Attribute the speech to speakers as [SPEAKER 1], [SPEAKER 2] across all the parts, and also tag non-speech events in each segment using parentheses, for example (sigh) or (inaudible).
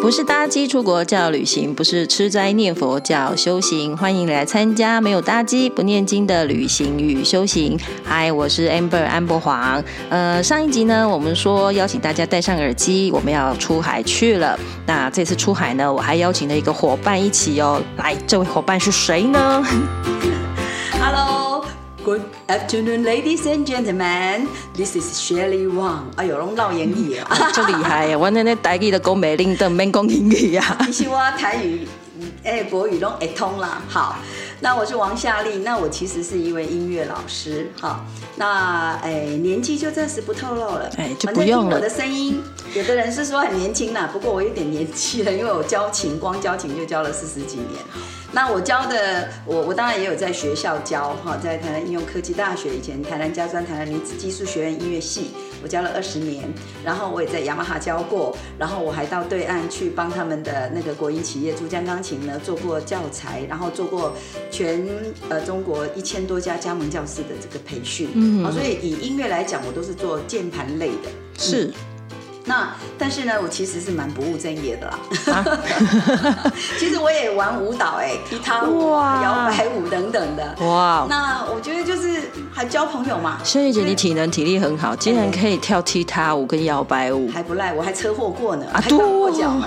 [SPEAKER 1] 不是搭机出国叫旅行，不是吃斋念佛叫修行。欢迎来参加没有搭机不念经的旅行与修行。嗨，我是 Amber 安博黄。呃，上一集呢，我们说邀请大家戴上耳机，我们要出海去了。那这次出海呢，我还邀请了一个伙伴一起哦。来，这位伙伴是谁呢？ (laughs)
[SPEAKER 2] Hello, good afternoon, ladies and gentlemen. This is Shirley Wang. 哎呦，拢绕英语
[SPEAKER 1] (laughs)
[SPEAKER 2] 啊！
[SPEAKER 1] 就厉害呀！我那那台语的讲美令的，免讲英语啊呀。
[SPEAKER 2] 其实我台语、哎国语拢会通啦。好，那我是王夏丽，那我其实是一位音乐老师。好，那哎年纪就暂时不透露了，
[SPEAKER 1] 哎就不用了
[SPEAKER 2] 反正听我的声音，有的人是说很年轻啦，不过我有点年纪了，因为我教琴，光教琴就教了四十几年。那我教的，我我当然也有在学校教哈，在台南应用科技大学以前，台南家专台南林子技术学院音乐系，我教了二十年，然后我也在雅马哈教过，然后我还到对岸去帮他们的那个国营企业珠江钢琴呢做过教材，然后做过全呃中国一千多家加盟教室的这个培训，嗯，所以以音乐来讲，我都是做键盘类的。
[SPEAKER 1] 是
[SPEAKER 2] 那但是呢，我其实是蛮不务正业的啦。
[SPEAKER 1] 啊，
[SPEAKER 2] (laughs) 其实我也玩舞蹈、哎，踢踏舞、
[SPEAKER 1] 哇
[SPEAKER 2] 摇摆舞等等的。
[SPEAKER 1] 哇，
[SPEAKER 2] 那我觉得就是还交朋友嘛，
[SPEAKER 1] 轩怡姐，你体能体力很好，竟然
[SPEAKER 2] 哎
[SPEAKER 1] 可以跳踢踏舞跟摇摆舞，
[SPEAKER 2] 还不赖，我还车祸过呢，
[SPEAKER 1] 啊
[SPEAKER 2] 还断过
[SPEAKER 1] 对
[SPEAKER 2] 脚呢，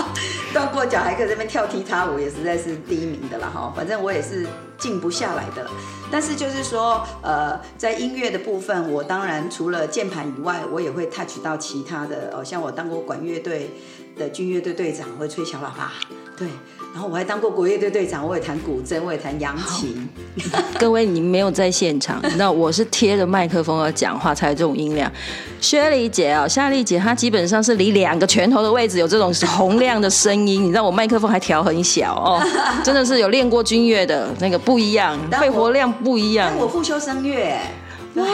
[SPEAKER 2] (laughs) 断过脚还可以在那边跳踢踏舞，也实在是第一名的了哈。反正我也是静不下来的，但是就是说，呃，在音乐的部分，我当然除了键盘以外，我也会 touch 到其他的，哦，像我当过管乐队的军乐队队长，我会吹小喇叭，对，然后我还当过国乐队队长，我也弹古筝，我也弹扬琴，
[SPEAKER 1] 各位，你没有在现场，那我是贴着麦克风而讲话才有这种音量。薛丽姐哦，夏丽姐她基本上是离两个拳头的位置有这种洪亮的声音，你知道我麦克风还调很小
[SPEAKER 2] (laughs)
[SPEAKER 1] 哦，真的是有练过军乐的那个不一样，
[SPEAKER 2] 但
[SPEAKER 1] 肺
[SPEAKER 2] 我
[SPEAKER 1] 活量不一样
[SPEAKER 2] 但。我复修声乐，哇，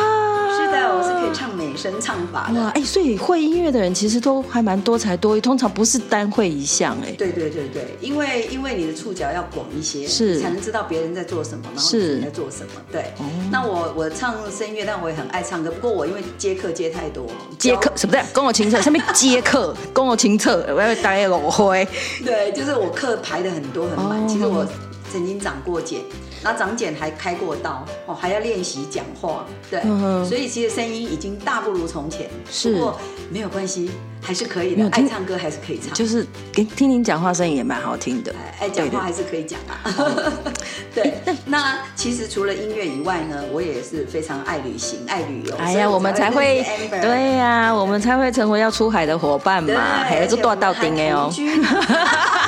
[SPEAKER 2] 是的，我是可以唱美声唱法
[SPEAKER 1] 哇，
[SPEAKER 2] 的。
[SPEAKER 1] 哎、所以会音乐的人其实都还蛮多才多艺，通常不是单会一项哎、
[SPEAKER 2] 对对对对，因为因为你的触角要广一些，
[SPEAKER 1] 是
[SPEAKER 2] 你才能知道别人在做什么，然后
[SPEAKER 1] 是哦
[SPEAKER 2] 自己在做什么。对，那我我唱声乐，但我也很爱唱歌。不过我因为接客接太多，
[SPEAKER 1] 接客
[SPEAKER 2] 教
[SPEAKER 1] 什么的，跟我清澈，上面接客，跟我清澈，我要打给老灰。
[SPEAKER 2] 对，就是我课排的很多很满。
[SPEAKER 1] 哦
[SPEAKER 2] 其实我曾经长过茧，然后长茧还开过刀，哦，还要练习讲话，对，
[SPEAKER 1] 嗯哼
[SPEAKER 2] 所以其实声音已经大不如从前。
[SPEAKER 1] 是
[SPEAKER 2] 不过没有关系，还是可以
[SPEAKER 1] 没
[SPEAKER 2] 的
[SPEAKER 1] 有，
[SPEAKER 2] 爱
[SPEAKER 1] 听
[SPEAKER 2] 唱歌还是可以唱。
[SPEAKER 1] 就是给听您讲话声音也蛮好听的，
[SPEAKER 2] 哎，讲
[SPEAKER 1] 对
[SPEAKER 2] 话还是可以讲啊。 (laughs) 对，那其实除了音乐以外呢，我也是非常爱旅行、爱旅游。
[SPEAKER 1] 哎呀，我们才会对呀、我们才会成为要出海的伙伴嘛，还有就多到顶哎哦。
[SPEAKER 2] (laughs)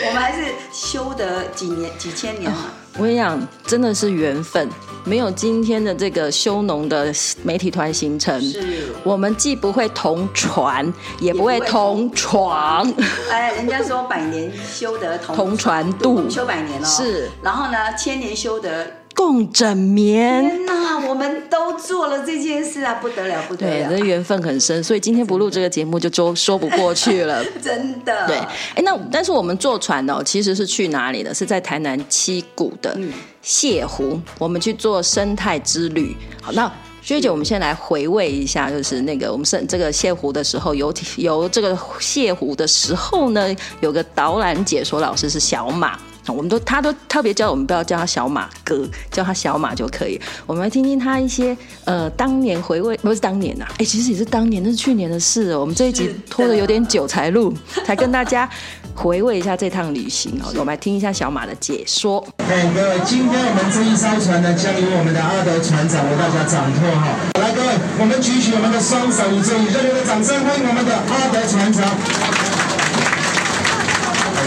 [SPEAKER 2] 我们还是修得几年、几千年嘛。
[SPEAKER 1] 我跟你讲，真的是缘分，没有今天的这个修农的媒体团行程，
[SPEAKER 2] 是，
[SPEAKER 1] 我们既不会同船，也不会
[SPEAKER 2] 也不会
[SPEAKER 1] 同哦
[SPEAKER 2] 同
[SPEAKER 1] 床，
[SPEAKER 2] 哎，人家说百年修得同
[SPEAKER 1] 同船
[SPEAKER 2] 我
[SPEAKER 1] 渡
[SPEAKER 2] 们，修百年哦。
[SPEAKER 1] 是，
[SPEAKER 2] 然后呢，千年修得。
[SPEAKER 1] 共枕眠。
[SPEAKER 2] 天哪，我们都做了这件事啊，不得了，不得
[SPEAKER 1] 对，这
[SPEAKER 2] 了，
[SPEAKER 1] 缘分很深，所以今天不录这个节目就说说不过去了。
[SPEAKER 2] 真的。
[SPEAKER 1] 对，哎，那但是我们坐船哦，其实是去哪里的？是在台南七股的泻湖，我们去做生态之旅。好，那。薛姐，我们先来回味一下，就是那个我们是这个泻湖的时候，游艇游这个泻湖的时候呢，有个导览解说老师是小马，我们都他都特别教我们不要叫他小马哥，叫他小马就可以。我们来听听他一些呃当年回味，不是当年呐、啊，哎、其实也是当年，那是去年的事哦。我们这一集
[SPEAKER 2] 是的
[SPEAKER 1] 拖的有点久。久才录，才跟大家回味一下这趟旅行哦。我们来听一下小马的解说。
[SPEAKER 3] 哎，各位，今天我们这一艘船呢，将由我们的阿德船长为大家掌舵哈。来，各位，我们举起我们的双手，以最热烈的掌声欢迎我们的阿德船长。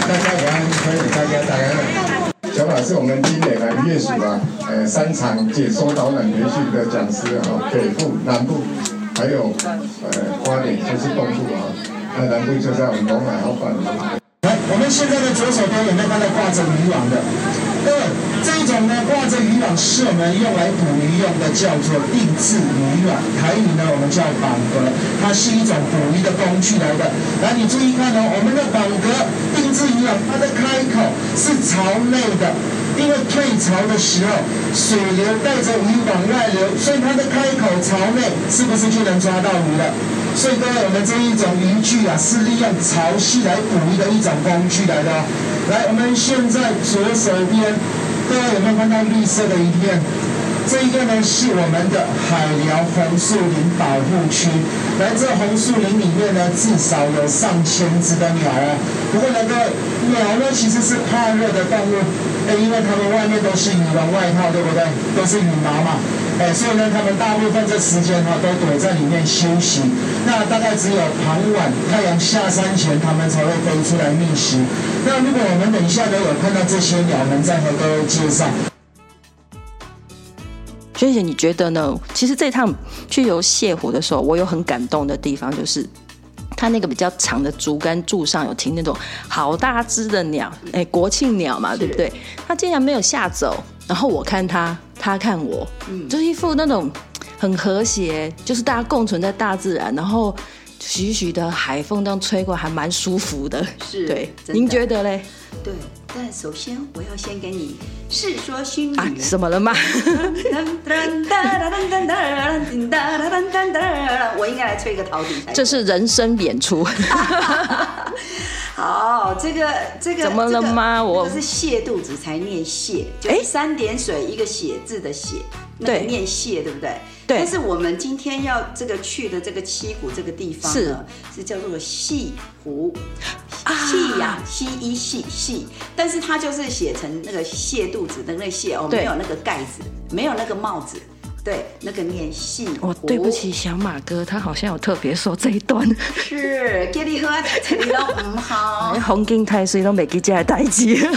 [SPEAKER 4] 大家午安，欢迎大家，大家。小马是我们金美南乐署啊，呃，三场解说导览培训的讲师啊，北部、南部，还有呃花莲就是东部啊，那南部就在我们龙海好板。
[SPEAKER 3] 来，我们现在的左手边有没有看到挂着渔网的？各位，这一种呢挂着渔网是我们用来捕鱼用的，叫做定制渔网。台语呢我们叫网格，它是一种捕鱼的工具来的。来，你注意看哦，我们的网格定制渔网，它的开口是朝内的，因为退潮的时候水流带着鱼往外流，所以它的开口朝内，是不是就能抓到鱼了？所以各位，我们这一种渔具啊，是利用潮汐来捕鱼的一种工具来的哦。来，我们现在左手边，各位有没有看到绿色的一片？这一个呢是我们的海寮红树林保护区。来，这红树林里面呢，至少有上千只的鸟哦。不过呢，各位，鸟呢其实是怕热的动物，哎，因为它们外面都是羽绒外套，对不对？都是羽毛嘛。哎，所以呢，他们大部分这时间哈、都躲在里面休息。那大概只有傍晚太阳下山前，他们才会飞出来觅食。那如果我们等一下呢有看到这些鸟，我们再和各位介绍。
[SPEAKER 1] 学姐，你觉得呢？其实这趟去游泻湖的时候，我有很感动的地方，就是它那个比较长的竹竿柱上有停那种好大只的鸟，哎，国庆鸟嘛，对不对？它竟然没有吓走，然后我看它，它看我，就是一副那种很和谐，就是大家共存在大自然，然后徐徐的海风这样吹过，还蛮舒服的。
[SPEAKER 2] 是
[SPEAKER 1] 对，
[SPEAKER 2] 真的
[SPEAKER 1] 您觉得嘞？
[SPEAKER 2] 对，但首先我要先给你世说新语
[SPEAKER 1] 啊，什么了吗？ (laughs)
[SPEAKER 2] 我应该来吹一个陶笛才
[SPEAKER 1] 这是人生演
[SPEAKER 2] (laughs)
[SPEAKER 1] 出。
[SPEAKER 2] 好，这个这个
[SPEAKER 1] 怎么了吗
[SPEAKER 2] 这个
[SPEAKER 1] 我
[SPEAKER 2] 这个是泻肚子才念泻，就是
[SPEAKER 1] 哎
[SPEAKER 2] 三点水一个写字的写，那个
[SPEAKER 1] 对
[SPEAKER 2] 念泻，对不对？
[SPEAKER 1] 对
[SPEAKER 2] 但是我们今天要这个去的这个七股这个地方呢，是叫做西湖，
[SPEAKER 1] 啊
[SPEAKER 2] 戏呀、西一戏戏，但是它就是写成那个泻肚子的那个泻哦，
[SPEAKER 1] 对
[SPEAKER 2] 没有那个盖子，没有那个帽子，对，那个念戏
[SPEAKER 1] 我
[SPEAKER 2] 湖。
[SPEAKER 1] 哦对不起小马哥，他好像有特别说这一段。
[SPEAKER 2] 是，给你喝，这里都唔好。
[SPEAKER 1] 红景太水都没记这个代志。
[SPEAKER 2] (laughs)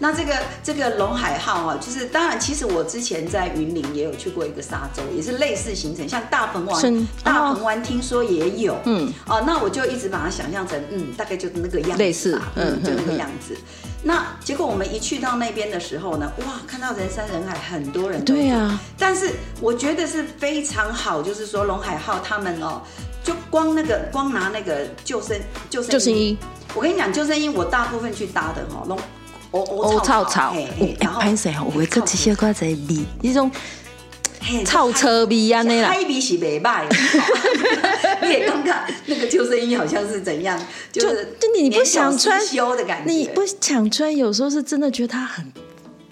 [SPEAKER 2] 那这个这个龙海号啊，就是当然，其实我之前在云林也有去过一个沙洲，也是类似行程，像大鹏
[SPEAKER 1] 是
[SPEAKER 2] 湾，大鹏湾听说也有，
[SPEAKER 1] 嗯
[SPEAKER 2] 嗯，哦，那我就一直把它想象成，嗯，大概就是那个样子吧，
[SPEAKER 1] 类似嗯
[SPEAKER 2] 嗯，就那
[SPEAKER 1] 嗯
[SPEAKER 2] 个
[SPEAKER 1] 嗯
[SPEAKER 2] 样子。那结果我们一去到那边的时候呢，哇，看到人山人海，很多人都
[SPEAKER 1] 对
[SPEAKER 2] 有
[SPEAKER 1] 啊，
[SPEAKER 2] 但是我觉得是非常好，就是说龙海号他们哦，就光那个光拿那个救生救生
[SPEAKER 1] 救生衣，
[SPEAKER 2] 我跟你讲救生衣，我大部分去搭的哈、哦，龙我
[SPEAKER 1] 哦，
[SPEAKER 2] 我
[SPEAKER 1] 臭臭
[SPEAKER 2] 嘿，
[SPEAKER 1] 有
[SPEAKER 2] 嘿
[SPEAKER 1] 哎
[SPEAKER 2] 然后
[SPEAKER 1] 歹势吼，有个一些瓜子味，那种
[SPEAKER 2] 嘿
[SPEAKER 1] 臭车味安尼啦。
[SPEAKER 2] 海比是袂
[SPEAKER 1] (laughs)
[SPEAKER 2] 歹，哦你也刚刚那个救生衣好像是怎样，
[SPEAKER 1] 就是就你你不想穿
[SPEAKER 2] 修的感觉，
[SPEAKER 1] 你不想穿，有时候是真的觉得它很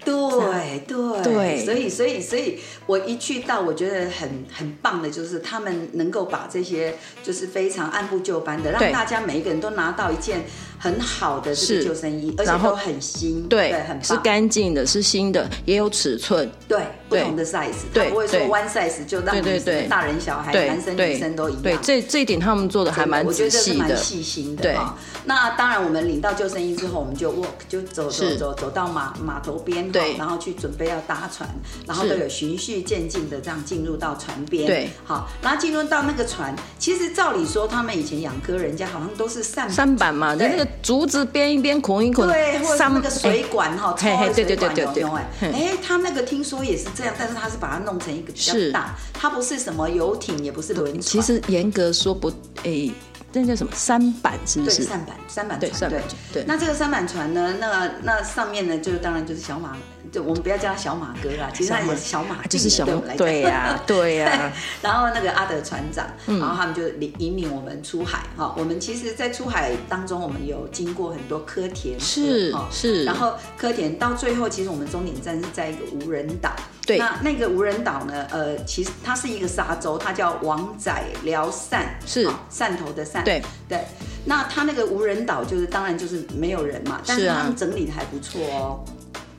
[SPEAKER 2] 对对
[SPEAKER 1] 对
[SPEAKER 2] 所以所以所以我一去到，我觉得很很棒的，就是他们能够把这些就是非常按部就班的，让
[SPEAKER 1] 对
[SPEAKER 2] 大家每一个人都拿到一件很好的这
[SPEAKER 1] 是
[SPEAKER 2] 个救生衣，而且
[SPEAKER 1] 然后
[SPEAKER 2] 都很新，
[SPEAKER 1] 对
[SPEAKER 2] 很，
[SPEAKER 1] 是
[SPEAKER 2] 棒。
[SPEAKER 1] 干净的，是新的，也有尺寸。
[SPEAKER 2] 对，不
[SPEAKER 1] 对
[SPEAKER 2] 同的 size，它
[SPEAKER 1] 对
[SPEAKER 2] 不会说
[SPEAKER 1] 对
[SPEAKER 2] one size 就让
[SPEAKER 1] 对对
[SPEAKER 2] 你什么
[SPEAKER 1] 对
[SPEAKER 2] 大人小孩、
[SPEAKER 1] 对
[SPEAKER 2] 男生
[SPEAKER 1] 对
[SPEAKER 2] 女生都一样。
[SPEAKER 1] 对，这这一点他们做的
[SPEAKER 2] 真的
[SPEAKER 1] 还蛮
[SPEAKER 2] 我觉
[SPEAKER 1] 仔
[SPEAKER 2] 得这是
[SPEAKER 1] 细
[SPEAKER 2] 蛮
[SPEAKER 1] 的。
[SPEAKER 2] 细心的
[SPEAKER 1] 对
[SPEAKER 2] 哈。那当然，我们领到救生衣之后，我们就 walk 就走走
[SPEAKER 1] 是
[SPEAKER 2] 走走到码码头边，哈
[SPEAKER 1] 对
[SPEAKER 2] 然后去准备要搭船，然后
[SPEAKER 1] 是
[SPEAKER 2] 都有循序渐进的这样进入到船边，
[SPEAKER 1] 对，
[SPEAKER 2] 好，然后进入到那个船，其实照理说，他们以前养鸽人家好像都是散
[SPEAKER 1] 三板嘛，就
[SPEAKER 2] 对
[SPEAKER 1] 那个竹子编一编，捆一捆，
[SPEAKER 2] 对，或者是
[SPEAKER 1] 三
[SPEAKER 2] 那个水管哈，
[SPEAKER 1] 哎
[SPEAKER 2] 超
[SPEAKER 1] 嘿嘿对
[SPEAKER 2] 水
[SPEAKER 1] 对
[SPEAKER 2] 管
[SPEAKER 1] 对
[SPEAKER 2] 游
[SPEAKER 1] 对
[SPEAKER 2] 泳哎，
[SPEAKER 1] 对
[SPEAKER 2] 哎，他那个听说也是这样，但是他是把它弄成一个比较
[SPEAKER 1] 是
[SPEAKER 2] 大，它不是什么游艇，也不是轮船，
[SPEAKER 1] 其实严格说不，诶、那叫什么三板是不
[SPEAKER 2] 对
[SPEAKER 1] 是？
[SPEAKER 2] 扇板三板
[SPEAKER 1] 对
[SPEAKER 2] 船，
[SPEAKER 1] 扇板船对
[SPEAKER 2] 那这个三板船呢，那那上面呢，就是当然就是小马，就我们不要叫他小马哥啦，其实他也是小马
[SPEAKER 1] 啊
[SPEAKER 2] 弟啊，
[SPEAKER 1] 就是小
[SPEAKER 2] 对我们来讲 (laughs)
[SPEAKER 1] 对呀、嗯对呀、
[SPEAKER 2] 然后那个阿德船长，然后他们就领引领我们出海哈。我们其实，在出海当中，我们有经过很多科田河，
[SPEAKER 1] 是
[SPEAKER 2] 哈
[SPEAKER 1] 是
[SPEAKER 2] 哦然后科田到最后，其实我们终点站是在一个无人岛。
[SPEAKER 1] 对
[SPEAKER 2] 那那个无人岛呢？呃，其实它是一个沙洲，它叫王仔寮汕，
[SPEAKER 1] 是
[SPEAKER 2] 哈汕头的汕，
[SPEAKER 1] 对
[SPEAKER 2] 对。那它那个无人岛就是，当然就是没有人嘛，但
[SPEAKER 1] 是
[SPEAKER 2] 是
[SPEAKER 1] 啊
[SPEAKER 2] 他们整理的还不错哦。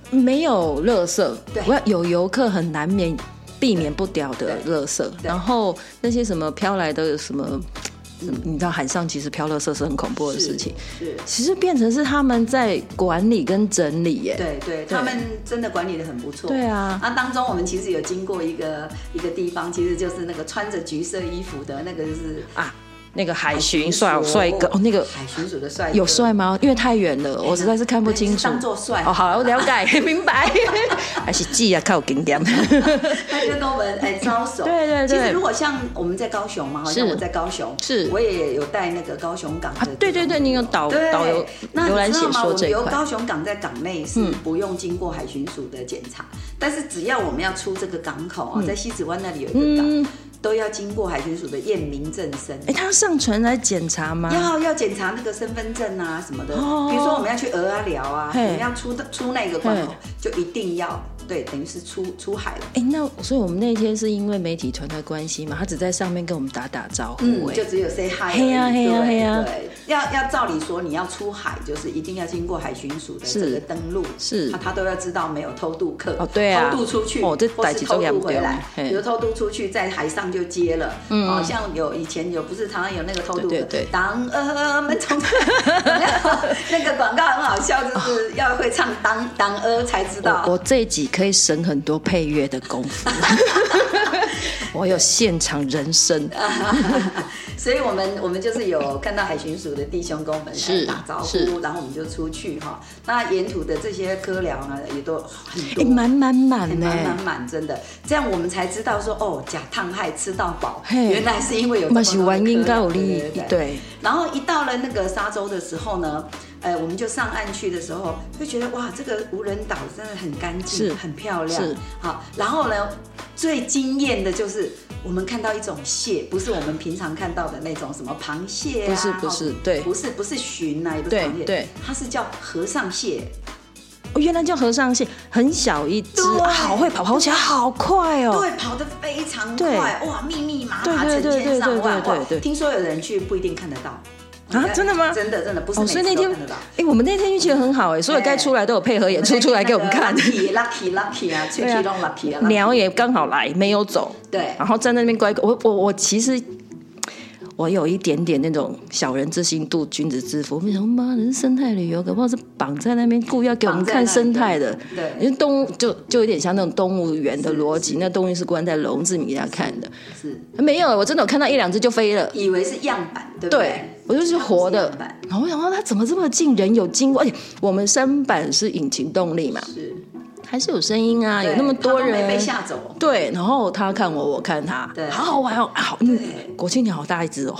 [SPEAKER 1] 没有垃圾，
[SPEAKER 2] 对
[SPEAKER 1] 我要有游客很难免避免不掉的垃圾，
[SPEAKER 2] 对
[SPEAKER 1] 然后那些什么飘来的什么，什么你知道海上其实飘垃圾是很恐怖的事情，
[SPEAKER 2] 嗯是，是
[SPEAKER 1] 其实变成是他们在管理跟整理耶，
[SPEAKER 2] 对对，他们真的管理的很不错。
[SPEAKER 1] 对啊
[SPEAKER 2] 那当中我们其实有经过一个一个地方，其实就是那个穿着橘色衣服的那个就是
[SPEAKER 1] 啊，那个海巡
[SPEAKER 2] 所
[SPEAKER 1] 帅帅哥哦，那个
[SPEAKER 2] 海巡署的帅哥
[SPEAKER 1] 有帅吗？因为太远了，我实在是看不清
[SPEAKER 2] 哎是
[SPEAKER 1] 楚。
[SPEAKER 2] 当作帅
[SPEAKER 1] 哦，好，我
[SPEAKER 2] (laughs)
[SPEAKER 1] 了解， (laughs) 明白。还是记啊，靠景点。
[SPEAKER 2] 他就跟我们哎招手。
[SPEAKER 1] 对对对
[SPEAKER 2] 其实如果像我们在高雄嘛，好像
[SPEAKER 1] 是
[SPEAKER 2] 我在高雄，
[SPEAKER 1] 是
[SPEAKER 2] 我也有带那个高雄港的
[SPEAKER 1] 啊
[SPEAKER 2] 这种。
[SPEAKER 1] 对对对你有导
[SPEAKER 2] 对
[SPEAKER 1] 导游
[SPEAKER 2] 那
[SPEAKER 1] 游览
[SPEAKER 2] 你
[SPEAKER 1] 写
[SPEAKER 2] 知道吗？
[SPEAKER 1] 说
[SPEAKER 2] 我
[SPEAKER 1] 这
[SPEAKER 2] 们
[SPEAKER 1] 一
[SPEAKER 2] 游
[SPEAKER 1] 块嗯
[SPEAKER 2] 高雄港在港内是不用经过海巡署的检查，但是只要我们要出这个港口啊，在西子湾那里有一个港
[SPEAKER 1] 嗯。
[SPEAKER 2] 都要经过海巡署的验明正身。
[SPEAKER 1] 哎，他要上船来检查吗？
[SPEAKER 2] 要要检查那个身份证啊什么的，
[SPEAKER 1] 哦
[SPEAKER 2] 比如说我们要去鹅啊寮啊，我
[SPEAKER 1] 嘿
[SPEAKER 2] 们要出的出那个关口
[SPEAKER 1] 嘿，
[SPEAKER 2] 就一定要对，等于是出出海了，
[SPEAKER 1] 哎，那所以我们那天是因为媒体团的关系嘛，他只在上面跟我们打打招呼、
[SPEAKER 2] 嗯，
[SPEAKER 1] 哎
[SPEAKER 2] 就只有 say hi，而已
[SPEAKER 1] 嘿呀嘿呀
[SPEAKER 2] 对
[SPEAKER 1] 嘿呀
[SPEAKER 2] 对，要要照理说你要出海，就是一定要经过海巡署的
[SPEAKER 1] 是
[SPEAKER 2] 这个登录，
[SPEAKER 1] 是
[SPEAKER 2] 他他都要知道没有偷渡客，
[SPEAKER 1] 哦对啊
[SPEAKER 2] 偷渡出去，
[SPEAKER 1] 哦这
[SPEAKER 2] 或
[SPEAKER 1] 代
[SPEAKER 2] 是
[SPEAKER 1] 志
[SPEAKER 2] 偷
[SPEAKER 1] 做
[SPEAKER 2] 渡
[SPEAKER 1] 严重
[SPEAKER 2] 回来，
[SPEAKER 1] 嘿
[SPEAKER 2] 比如偷渡出去在海上就接了，嗯，好像有以前有不是常常有那个偷渡
[SPEAKER 1] 对
[SPEAKER 2] 客
[SPEAKER 1] 对对，
[SPEAKER 2] 当呃
[SPEAKER 1] (laughs)
[SPEAKER 2] 们从 (laughs) 那个广告很好笑，就是要会唱当当呃才知道
[SPEAKER 1] 我，我这一集可以省很多配乐的功夫，我有现场人声。
[SPEAKER 2] 哎 (laughs) 所以我们我们就是有看到海巡署的弟兄跟我们
[SPEAKER 1] 是
[SPEAKER 2] 打招
[SPEAKER 1] 是
[SPEAKER 2] 呼，然后我们就出去哈。那沿途的这些科聊呢，也都很
[SPEAKER 1] 哎、
[SPEAKER 2] 多。
[SPEAKER 1] 满满
[SPEAKER 2] 哎
[SPEAKER 1] 满呢！
[SPEAKER 2] 满满满，真的，这样我们才知道说，哦，假烫害吃到饱，
[SPEAKER 1] 嘿
[SPEAKER 2] 原来是因为有这
[SPEAKER 1] 嘛
[SPEAKER 2] 么
[SPEAKER 1] 是
[SPEAKER 2] 多的
[SPEAKER 1] 玩音
[SPEAKER 2] 科
[SPEAKER 1] 高
[SPEAKER 2] 聊
[SPEAKER 1] 有利
[SPEAKER 2] 对对，对
[SPEAKER 1] 对，
[SPEAKER 2] 然后一到了那个沙洲的时候呢，呃，我们就上岸去的时候，就觉得哇，这个无人岛真的很干
[SPEAKER 1] 是
[SPEAKER 2] 净，很漂亮。
[SPEAKER 1] 是
[SPEAKER 2] 好，然后呢，最惊艳的就是我们看到一种蟹，不是我们平常看到的那种什么螃蟹啊，
[SPEAKER 1] 不是不是
[SPEAKER 2] 哦
[SPEAKER 1] 对
[SPEAKER 2] 不是不是鲟啊，也不是
[SPEAKER 1] 对
[SPEAKER 2] 螃蟹，
[SPEAKER 1] 对，
[SPEAKER 2] 它是叫和尚蟹。
[SPEAKER 1] 哦，原来叫和尚蟹，很小一只，
[SPEAKER 2] 对
[SPEAKER 1] 啊好会跑，跑起来好快哦。
[SPEAKER 2] 对，跑得非常
[SPEAKER 1] 对
[SPEAKER 2] 快，哇，密密麻麻，
[SPEAKER 1] 对对
[SPEAKER 2] 成
[SPEAKER 1] 对对
[SPEAKER 2] 千上万。
[SPEAKER 1] 对对
[SPEAKER 2] 哇
[SPEAKER 1] 对对
[SPEAKER 2] 听说有人去不一定看得到。
[SPEAKER 1] 啊真的吗
[SPEAKER 2] 真的真的不是
[SPEAKER 1] 哦，
[SPEAKER 2] 每
[SPEAKER 1] 所以
[SPEAKER 2] 次
[SPEAKER 1] 那
[SPEAKER 2] 都
[SPEAKER 1] 天
[SPEAKER 2] 看得到。，
[SPEAKER 1] 哎，我们那天运气很好哎，所有该出来都有配合演出出来给我们看。
[SPEAKER 2] lucky lucky lucky 啊，吹
[SPEAKER 1] 对啊
[SPEAKER 2] 气弄 lucky 啊，
[SPEAKER 1] 鸟啊也刚好来，没有走，
[SPEAKER 2] 对
[SPEAKER 1] 然后站在那边乖乖。我我我其实。我有一点点那种小人之心度君子之腹，我想妈人是生态旅游，搞不好是绑在那边故意要给我们看生态的。
[SPEAKER 2] 绑在那里对
[SPEAKER 1] 因为动物就就有点像那种动物园的逻辑，那动物是关在笼子里面给它看的。
[SPEAKER 2] 是
[SPEAKER 1] 没有，我真的有看到一两只就飞了。
[SPEAKER 2] 以为是样板，对不
[SPEAKER 1] 对
[SPEAKER 2] 对？
[SPEAKER 1] 我就是活的
[SPEAKER 2] 它不
[SPEAKER 1] 然后我
[SPEAKER 2] 是样板，
[SPEAKER 1] 想说它怎么这么近，人有经过，而且我们身板是引擎动力嘛，
[SPEAKER 2] 是
[SPEAKER 1] 还是有声音啊，有
[SPEAKER 2] 对
[SPEAKER 1] 那么多
[SPEAKER 2] 它都没
[SPEAKER 1] 人
[SPEAKER 2] 被吓走，
[SPEAKER 1] 对，然后他看我，我看他，
[SPEAKER 2] 对
[SPEAKER 1] 好好玩哦，啊好，嗯
[SPEAKER 2] 对，
[SPEAKER 1] 国庆鸟好大一只哦，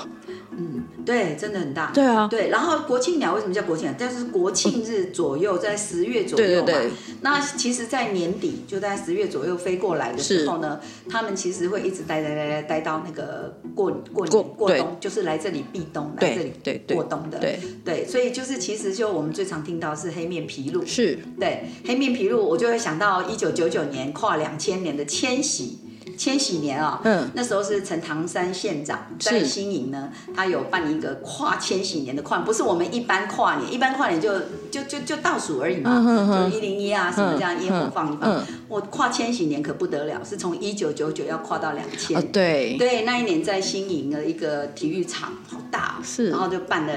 [SPEAKER 2] 对，真的很大。
[SPEAKER 1] 对啊
[SPEAKER 2] 对。然后国庆鸟为什么叫国庆鸟？但是国庆日左右，在十月左
[SPEAKER 1] 对对
[SPEAKER 2] 右嘛。
[SPEAKER 1] 对
[SPEAKER 2] 那其实，在年底就在十月左右飞过来的时候呢，他们其实会一直待待待待待到那个过
[SPEAKER 1] 过
[SPEAKER 2] 过年过
[SPEAKER 1] 对
[SPEAKER 2] 冬，就是来这里避冬，
[SPEAKER 1] 对
[SPEAKER 2] 来这里
[SPEAKER 1] 对对
[SPEAKER 2] 过冬的。
[SPEAKER 1] 对
[SPEAKER 2] 对，所以就是其实就我们最常听到是黑面琵鹭，
[SPEAKER 1] 是
[SPEAKER 2] 对，黑面琵鹭，我就会想到一九九九年跨两千年的千禧。千禧年啊、
[SPEAKER 1] 嗯
[SPEAKER 2] 那时候是陈唐山县长在
[SPEAKER 1] 是
[SPEAKER 2] 新营呢，他有办一个跨千禧年的跨，不是我们一般跨年，一般跨年就就就就倒数而已嘛，
[SPEAKER 1] 嗯哼哼
[SPEAKER 2] 就一零一啊什么这样
[SPEAKER 1] 嗯
[SPEAKER 2] 烟火放一放。
[SPEAKER 1] 嗯
[SPEAKER 2] 我跨千禧年可不得了，是从一九九九要跨到两千、
[SPEAKER 1] 啊，对，
[SPEAKER 2] 对，那一年在新营的一个体育场，好大哦，
[SPEAKER 1] 是嗯
[SPEAKER 2] 然后就办了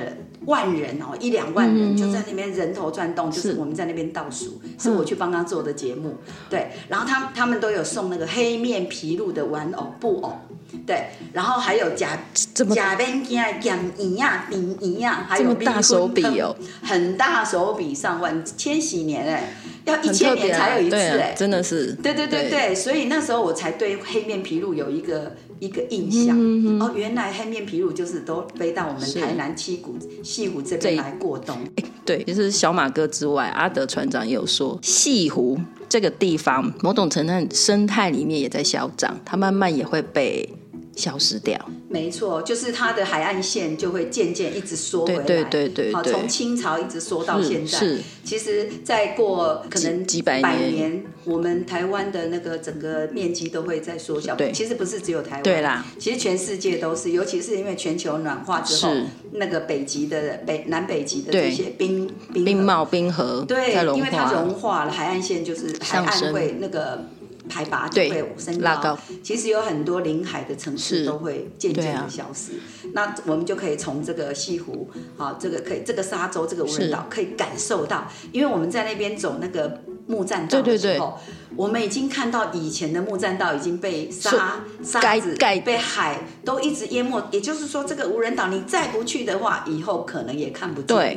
[SPEAKER 2] 万人哦，一两万人就在那边人头转动，就是
[SPEAKER 1] 是
[SPEAKER 2] 我们在那边倒数，
[SPEAKER 1] 嗯
[SPEAKER 2] 是我去帮他做的节目，对，然后他他们都有送那个黑面琵鹭的玩偶布偶。对，然后还有假
[SPEAKER 1] 这么
[SPEAKER 2] 假边镜啊、剪银啊、顶银啊，还有
[SPEAKER 1] 这么
[SPEAKER 2] 米
[SPEAKER 1] 大
[SPEAKER 2] 粉
[SPEAKER 1] 手笔
[SPEAKER 2] 汤
[SPEAKER 1] 哦，
[SPEAKER 2] 很大手笔，上万，千禧年哎，要一
[SPEAKER 1] 很
[SPEAKER 2] 千
[SPEAKER 1] 特别
[SPEAKER 2] 年
[SPEAKER 1] 啊，
[SPEAKER 2] 才有一次
[SPEAKER 1] 对啊
[SPEAKER 2] 哎，
[SPEAKER 1] 真的是，
[SPEAKER 2] 对对对对，所以那时候我才对黑面琵鹭有一个一个印象。
[SPEAKER 1] 嗯
[SPEAKER 2] 哦，原来黑面琵鹭就是都飞到我们
[SPEAKER 1] 是
[SPEAKER 2] 台南七股、西湖这
[SPEAKER 1] 这一
[SPEAKER 2] 边来过冬。
[SPEAKER 1] 对，其实小马哥之外，阿德船长也有说，西湖这个地方某种程度生态里面也在消长，它慢慢也会被消失掉。
[SPEAKER 2] 没错，就是它的海岸线就会渐渐一直缩回来。
[SPEAKER 1] 对对对对
[SPEAKER 2] 好，
[SPEAKER 1] 对
[SPEAKER 2] 从清朝一直缩到
[SPEAKER 1] 是
[SPEAKER 2] 现在。
[SPEAKER 1] 嗯是
[SPEAKER 2] 其实再过可能
[SPEAKER 1] 几几百年
[SPEAKER 2] 年，我们台湾的那个整个面积都会在缩小。
[SPEAKER 1] 对
[SPEAKER 2] 其实不是只有台湾。
[SPEAKER 1] 对啦，
[SPEAKER 2] 其实全世界都是，尤其是因为全球暖化之后
[SPEAKER 1] 是，
[SPEAKER 2] 那个北极的北南北极的
[SPEAKER 1] 对
[SPEAKER 2] 这些冰冰
[SPEAKER 1] 冰
[SPEAKER 2] 河
[SPEAKER 1] 帽、冰河
[SPEAKER 2] 对，
[SPEAKER 1] 在融
[SPEAKER 2] 因为它
[SPEAKER 1] 化
[SPEAKER 2] 融，化了，海岸线就是海
[SPEAKER 1] 上升
[SPEAKER 2] 岸会那个海拔就
[SPEAKER 1] 对
[SPEAKER 2] 会升
[SPEAKER 1] 拉高
[SPEAKER 2] 其实有很多临海的城
[SPEAKER 1] 是
[SPEAKER 2] 市都会渐
[SPEAKER 1] 对
[SPEAKER 2] 渐
[SPEAKER 1] 啊
[SPEAKER 2] 的消失。那我们就可以从这个西湖，好，这个可以这个沙洲这个无
[SPEAKER 1] 是
[SPEAKER 2] 人岛可以感受到，因为我们在那边走那个木栈道
[SPEAKER 1] 对对
[SPEAKER 2] 的时候。我们已经看到以前的木栈道已经被沙沙
[SPEAKER 1] 盖
[SPEAKER 2] 子
[SPEAKER 1] 盖
[SPEAKER 2] 被海都一直淹没，也就是说，这个无人岛你再不去的话，以后可能也看不见
[SPEAKER 1] 对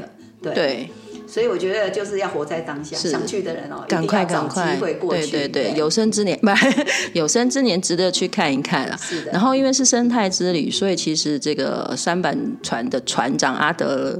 [SPEAKER 2] 了。
[SPEAKER 1] 对，
[SPEAKER 2] 所以我觉得就是要活在当下，
[SPEAKER 1] 是
[SPEAKER 2] 想去的人哦，
[SPEAKER 1] 赶快
[SPEAKER 2] 一定要
[SPEAKER 1] 赶
[SPEAKER 2] 找
[SPEAKER 1] 快，
[SPEAKER 2] 机会过
[SPEAKER 1] 对
[SPEAKER 2] 去。
[SPEAKER 1] 对对，有生之年 (laughs) 不，有生之年值得去看一看啦。
[SPEAKER 2] 是的
[SPEAKER 1] 然后因为是生态之旅，所以其实这个三板船的船长阿德。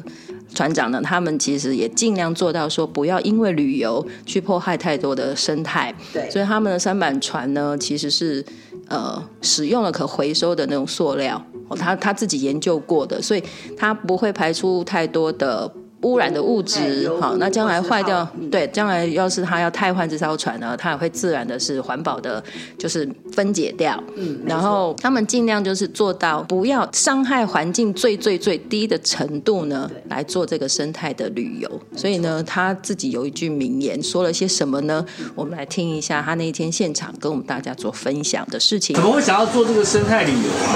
[SPEAKER 1] 船长呢，他们其实也尽量做到说，不要因为旅游去迫害太多的生态。
[SPEAKER 2] 对
[SPEAKER 1] 所以他们的三板船呢，其实是呃使用了可回收的那种塑料，哦、他他自己研究过的，所以它不会排出太多的。污染的哎物质，
[SPEAKER 2] 嗯
[SPEAKER 1] 好，
[SPEAKER 2] 嗯
[SPEAKER 1] 那将来坏掉
[SPEAKER 2] 嗯，
[SPEAKER 1] 对，将来要是它要汰换这艘船呢，它也会自然的是环保的，就是分解掉。
[SPEAKER 2] 嗯，
[SPEAKER 1] 然后他们尽量就是做到不要伤害环境最最最低的程度呢
[SPEAKER 2] 对，
[SPEAKER 1] 来做这个生态的旅游。所以呢，他自己有一句名言，说了些什么呢？我们来听一下他那一天现场跟我们大家做分享的事情
[SPEAKER 5] 怎。么会想要做这个生态旅游啊？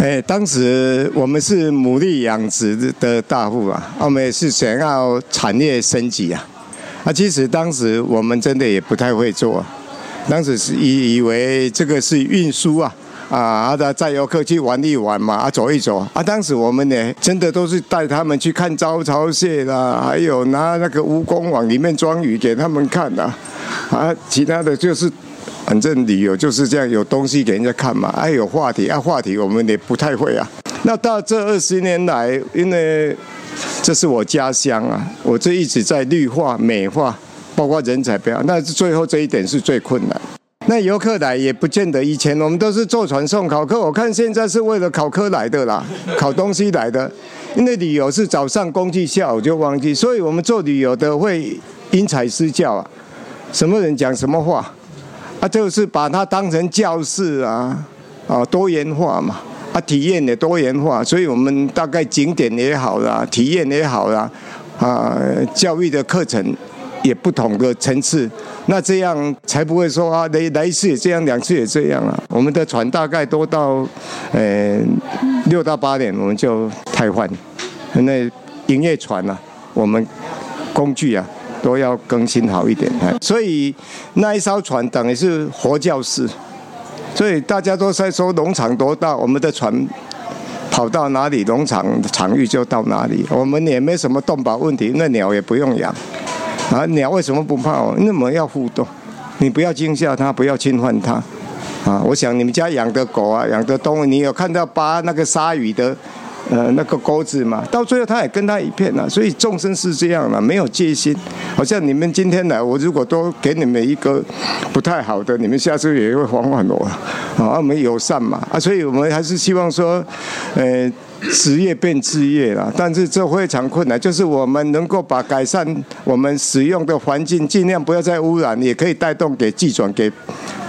[SPEAKER 4] 哎，当时我们是牡蛎养殖的大户啊，我们也是想要产业升级啊。啊，其实当时我们真的也不太会做、啊，当时是以以为这个是运输啊。啊，他载游客去玩一玩嘛，啊，走一走啊。当时我们呢，真的都是带他们去看招潮蟹啦，还有拿那个蜈蚣网里面装鱼给他们看的、啊。啊，其他的就是反正旅游就是这样，有东西给人家看嘛，啊，有话题啊，话题我们也不太会啊。那到这二十年来，因为这是我家乡啊，我这一直在绿化、美化，包括人才培养，那最后这一点是最困难。那游客来也不见得，以前我们都是坐船送考科，我看现在是为了考科来的啦， (laughs) 考东西来的。因为旅游是早上工具，下午就忘记，所以我们做旅游的会因材施教啊，什么人讲什么话。啊，就是把它当成教室啊，啊，多元化嘛，啊，体验也多元化，所以我们大概景点也好啦，体验也好啦，啊，教育的课程也不同的层次，那这样才不会说啊，来来一次也这样，两次也这样啊。我们的船大概都到，呃，六到八点我们就汰换，那营业船啊，我们工具啊都要更新好一点。哎所以那一艘船等于是活教室，所以大家都在说农场多大，我们的船。跑到哪里，农场场域就到哪里。我们也没什么动保问题，那鸟也不用养。啊，鸟为什么不怕我？因为我们要互动，你不要惊吓它，不要侵犯它。啊，我想你们家养的狗啊，养的动物，你有看到拔那个鲨鱼的，呃，那个钩子嘛？到最后它也跟它一片了、所以众生是这样了、没有戒心。好像你们今天来，我如果多给你们一个不太好的，你们下次也会还还我啊。啊，我们友善嘛，啊，所以我们还是希望说，呃。职业变置业啦，但是这非常困难。就是我们能够把改善我们使用的环境，尽量不要再污染，也可以带动给寄转给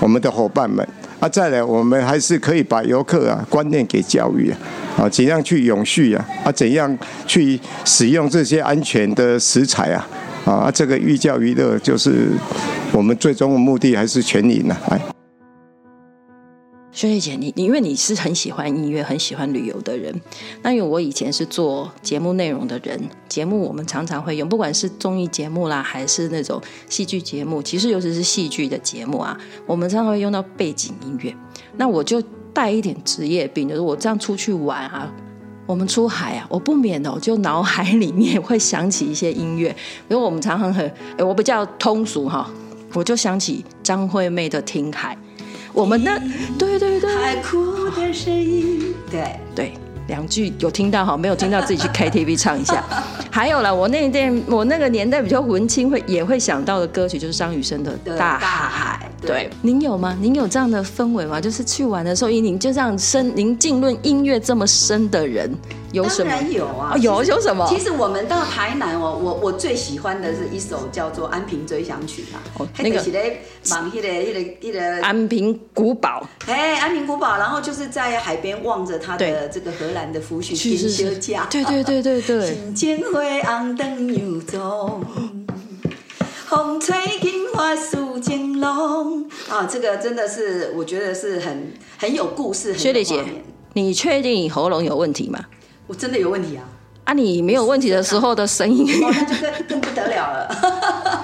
[SPEAKER 4] 我们的伙伴们。啊，再来，我们还是可以把游客啊观念给教育啊，啊，怎样去永续啊，啊，怎样去使用这些安全的食材啊，啊，啊这个寓教于乐就是我们最终的目的还是全赢啊，哎。
[SPEAKER 1] 薛丽姐，你你因为你是很喜欢音乐、很喜欢旅游的人，那因为我以前是做节目内容的人，节目我们常常会用，不管是综艺节目啦，还是那种戏剧节目，其实尤其是戏剧的节目啊，我们常常会用到背景音乐。那我就带一点职业病，就是我这样出去玩啊，我们出海啊，我不免哦，就脑海里面会想起一些音乐，比如我们常常很，哎，我比较通俗哈、我就想起张惠妹的《听海》，我们那，对对对
[SPEAKER 2] 海哭的声音，对，
[SPEAKER 1] 对。两句有听到哈，没有听到自己去 KTV 唱一下。还有啦，我那一点我那个年代比较文青会也会想到的歌曲就是张雨生的《
[SPEAKER 2] 的
[SPEAKER 1] 大海》。
[SPEAKER 2] 大海，
[SPEAKER 1] 对，，您有吗？您有这样的氛围吗？就是去玩的时候，因您就这样深，您浸润音乐这么深的人，有什
[SPEAKER 2] 当
[SPEAKER 1] 么？
[SPEAKER 2] 然有啊
[SPEAKER 1] 哦，有
[SPEAKER 2] 其实
[SPEAKER 1] 有什么
[SPEAKER 2] 其实我们到台南哦，我我最喜欢的是一首叫做《安平追想曲》啦
[SPEAKER 1] 哦，
[SPEAKER 2] 那
[SPEAKER 1] 那
[SPEAKER 2] 个
[SPEAKER 1] 个
[SPEAKER 2] 是咧忙迄个迄个迄个，
[SPEAKER 1] 安平古堡，
[SPEAKER 2] 哎，安平古堡，然后就是在海边望着它的
[SPEAKER 1] 对
[SPEAKER 2] 这个荷兰的夫婿
[SPEAKER 1] 是
[SPEAKER 2] 天
[SPEAKER 1] 是
[SPEAKER 2] 休
[SPEAKER 1] 是，
[SPEAKER 2] 假，
[SPEAKER 1] 对对对对对，
[SPEAKER 2] 人情花嗯红灯又中，风吹金花树惊龙。啊，这个真的是我觉得是很很有故事，
[SPEAKER 1] (laughs)
[SPEAKER 2] 很
[SPEAKER 1] 薛
[SPEAKER 2] 有
[SPEAKER 1] 丽
[SPEAKER 2] 画
[SPEAKER 1] 姐
[SPEAKER 2] 面。，
[SPEAKER 1] 你确定你喉咙有问题吗？
[SPEAKER 2] 我真的有问题啊！
[SPEAKER 1] 啊，你没有问题的时候的声
[SPEAKER 2] (laughs)
[SPEAKER 1] 音，
[SPEAKER 2] 哦，那就更更不得了了。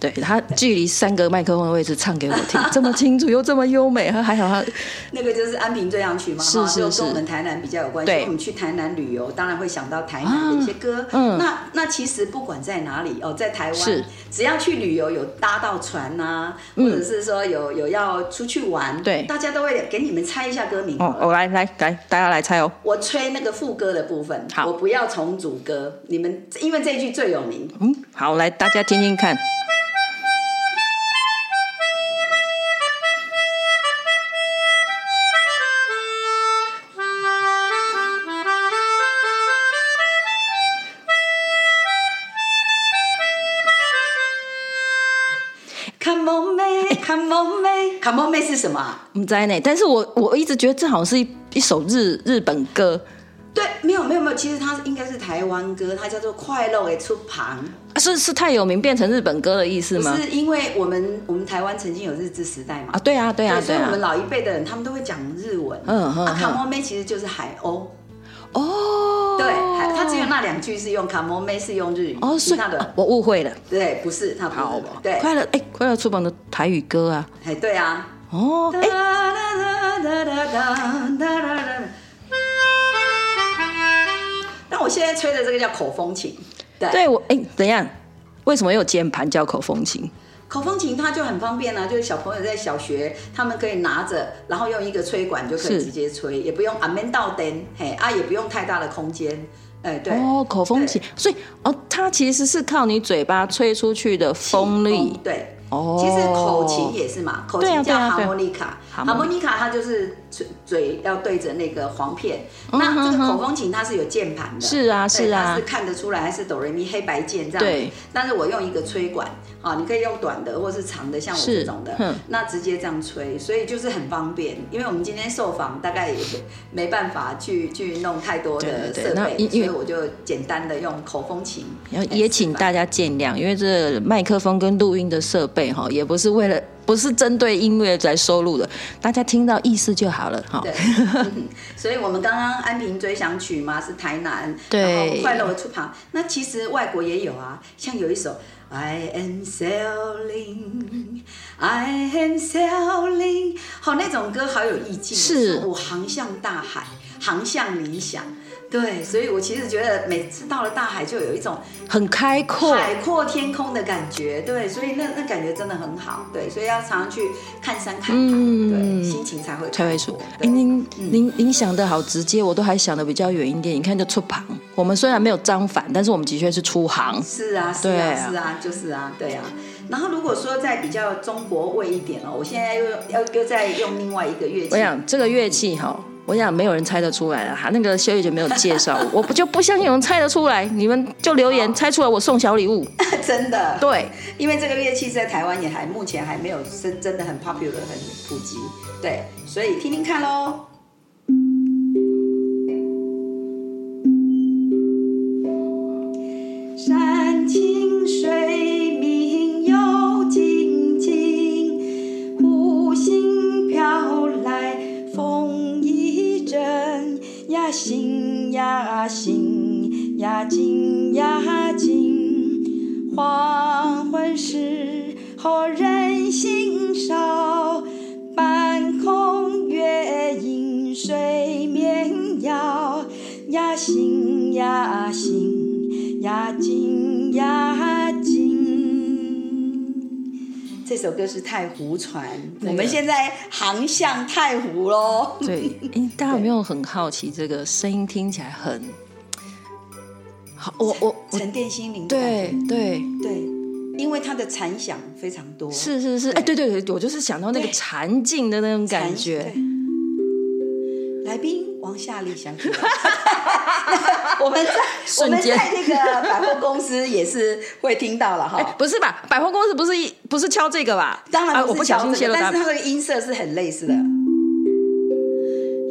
[SPEAKER 1] 对他距离三个麦克风的位置唱给我听， (laughs) 这么清楚又这么优美，还好他
[SPEAKER 2] 那个就是安平醉样曲嘛，
[SPEAKER 1] 是
[SPEAKER 2] 哈
[SPEAKER 1] 是
[SPEAKER 2] 就是跟我们台南比较有关系。
[SPEAKER 1] 对
[SPEAKER 2] 我们去台南旅游，当然会想到台南的一些歌。
[SPEAKER 1] 嗯
[SPEAKER 2] 那那其实不管在哪里哦，在台湾
[SPEAKER 1] 是，嗯
[SPEAKER 2] 只要去旅游有搭到船呐、或者是说有有要出去玩，
[SPEAKER 1] 对
[SPEAKER 2] 大家都会给你们猜一下歌名。
[SPEAKER 1] 哦，我来来来，大家来猜哦，
[SPEAKER 2] 我吹那个副歌的部分，
[SPEAKER 1] 好
[SPEAKER 2] 我不要重组歌，你们因为这一句最有名。
[SPEAKER 1] 嗯，好，来大家听听看，
[SPEAKER 2] 莫妹， (laughs) 卡莫妹是什么啊？
[SPEAKER 1] 我们在内，但是我我一直觉得这好像是一一首日日本歌，
[SPEAKER 2] 对，没有没有没有，其实它应该是台湾歌，它叫做《快乐的出旁》。
[SPEAKER 1] 啊是是太有名变成日本歌的意思
[SPEAKER 2] 不
[SPEAKER 1] 吗？
[SPEAKER 2] 是因为我们我们台湾曾经有日治时代嘛
[SPEAKER 1] 啊，，对啊，对啊，
[SPEAKER 2] 所
[SPEAKER 1] 对
[SPEAKER 2] 以我们
[SPEAKER 1] 啊，
[SPEAKER 2] 老一辈的人他们都会讲日文。
[SPEAKER 1] 嗯嗯
[SPEAKER 2] 啊，卡
[SPEAKER 1] 嗯
[SPEAKER 2] 莫妹其实就是海鸥，
[SPEAKER 1] 哦，
[SPEAKER 2] 对，海它只有那两句是用卡莫妹是用日语，
[SPEAKER 1] 哦，
[SPEAKER 2] 是
[SPEAKER 1] 所以、
[SPEAKER 2] 它
[SPEAKER 1] 啊
[SPEAKER 2] 的
[SPEAKER 1] 我误会了，
[SPEAKER 2] 对，不是它不
[SPEAKER 1] 好
[SPEAKER 2] 是，对，
[SPEAKER 1] 快乐哎，快乐出版的台语歌啊，
[SPEAKER 2] 哎对啊，
[SPEAKER 1] 哦，
[SPEAKER 2] 哒
[SPEAKER 1] 哎，
[SPEAKER 2] 哒哒哒哒哒哒哒哒。那我现在吹的这个叫口风琴，对，
[SPEAKER 1] (laughs) 对我哎，怎样？为什么有键盘叫口风琴？
[SPEAKER 2] 口风琴它就很方便啊，就是小朋友在小学，他们可以拿着，然后用一个吹管就可以
[SPEAKER 1] 是
[SPEAKER 2] 直接吹，也不用阿门到灯，嘿啊，也不用太大的空间，哎、对，
[SPEAKER 1] 哦，口风琴
[SPEAKER 2] 对，
[SPEAKER 1] 所以哦，它其实是靠你嘴巴吹出去的风力，
[SPEAKER 2] 对。
[SPEAKER 1] 哦，
[SPEAKER 2] 其实口琴也是嘛，口
[SPEAKER 1] 对
[SPEAKER 2] 琴
[SPEAKER 1] 啊
[SPEAKER 2] 叫
[SPEAKER 1] 对啊对啊
[SPEAKER 2] harmonica，
[SPEAKER 1] harmonic
[SPEAKER 2] harmonica 它就是嘴嘴要对着那个簧片。
[SPEAKER 1] 嗯
[SPEAKER 2] 那这
[SPEAKER 1] 哼
[SPEAKER 2] 个
[SPEAKER 1] 哼
[SPEAKER 2] 口风琴它是有键盘的，
[SPEAKER 1] 是啊
[SPEAKER 2] 对
[SPEAKER 1] 是啊
[SPEAKER 2] 它是看得出来，还是哆来咪黑白键这样。
[SPEAKER 1] 对。
[SPEAKER 2] 但是我用一个吹管啊，你可以用短的或是长的，像我
[SPEAKER 1] 是嗯
[SPEAKER 2] 这种的
[SPEAKER 1] 哼，
[SPEAKER 2] 那直接这样吹，所以就是很方便。因为我们今天受访大概也没办法去去弄太多的
[SPEAKER 1] 对对对
[SPEAKER 2] 设
[SPEAKER 1] 那
[SPEAKER 2] 备，
[SPEAKER 1] 因
[SPEAKER 2] 所
[SPEAKER 1] 因为
[SPEAKER 2] 以我就简单的用口风琴
[SPEAKER 1] 然
[SPEAKER 2] 来示
[SPEAKER 1] 后
[SPEAKER 2] 范。
[SPEAKER 1] 也请大家见谅，因为这麦克风跟录音的设备哈，也不是为了不是针对音乐来收录的，大家听到意思就好了哈
[SPEAKER 2] 对。嗯所以我们刚刚《安平追想曲》嘛是台南，
[SPEAKER 1] 对
[SPEAKER 2] 然后快乐的出旁，那其实外国也有啊，像有一首 I am sailing, I am sailing，好那种歌好有意境，
[SPEAKER 1] 是
[SPEAKER 2] 我航向大海，航向理想。对，所以我其实觉得每次到了大海，就有一种
[SPEAKER 1] (laughs) 很开阔，
[SPEAKER 2] 海阔天空的感觉。对，所以那那感觉真的很好。对，所以要常常去看山看海，
[SPEAKER 1] 嗯
[SPEAKER 2] 对，心情才会
[SPEAKER 1] 才会
[SPEAKER 2] 开
[SPEAKER 1] 出
[SPEAKER 2] 阔。
[SPEAKER 1] 哎，
[SPEAKER 2] 对
[SPEAKER 1] 您
[SPEAKER 2] 嗯
[SPEAKER 1] 您您想的好直接，我都还想的比较远一点。你看，就出旁，我们虽然没有张反，但是我们的确是出行。
[SPEAKER 2] 是啊，是
[SPEAKER 1] 对
[SPEAKER 2] 啊，
[SPEAKER 1] 啊
[SPEAKER 2] 是啊，就是啊，对啊。然后如果说再比较中国味一点哦，我现在又要又再用另外一个乐器
[SPEAKER 1] 我，想这个乐器哈，我想没有人猜得出来了。啊哈，那个修雨姐没有介绍，我不就不相信有人猜得出来。你们就留言猜出来，我送小礼物。
[SPEAKER 2] 真的，
[SPEAKER 1] 对，
[SPEAKER 2] 因为这个乐器在台湾也还目前还没有真真的很 popular 很普及，对，所以听听看喽。山清水明又静静，湖心飘来风一阵呀，醒呀醒呀静呀静。黄昏时候人心少，半空月影水面摇呀醒呀醒呀静呀静。这首歌是太湖船，我们现在航向太湖喽。
[SPEAKER 1] 对，哎，大家有没有很好奇这个声音听起来很好？我我我，
[SPEAKER 2] 沉淀心灵的感
[SPEAKER 1] 对
[SPEAKER 2] 觉，
[SPEAKER 1] 对，
[SPEAKER 2] 对，因为它的残响非常多，
[SPEAKER 1] 是是是，哎，对对对，我就是想到那个
[SPEAKER 2] 对
[SPEAKER 1] 禅境的那种感
[SPEAKER 2] 残
[SPEAKER 1] 觉。。
[SPEAKER 2] 对来宾王夏丽想
[SPEAKER 1] (laughs)
[SPEAKER 2] 起来，我们在我
[SPEAKER 1] 瞬
[SPEAKER 2] 们
[SPEAKER 1] 间
[SPEAKER 2] 在那个百货公司也是会听到了
[SPEAKER 1] 哎
[SPEAKER 2] 哈，。
[SPEAKER 1] 不是吧？百货公司不是一不是敲这个吧？
[SPEAKER 2] 当然
[SPEAKER 1] 啊，我不小心
[SPEAKER 2] 是
[SPEAKER 1] 泄
[SPEAKER 2] 瞧
[SPEAKER 1] 露
[SPEAKER 2] 这个
[SPEAKER 1] 答
[SPEAKER 2] 但是
[SPEAKER 1] 案。
[SPEAKER 2] 它这个音色是很类似的。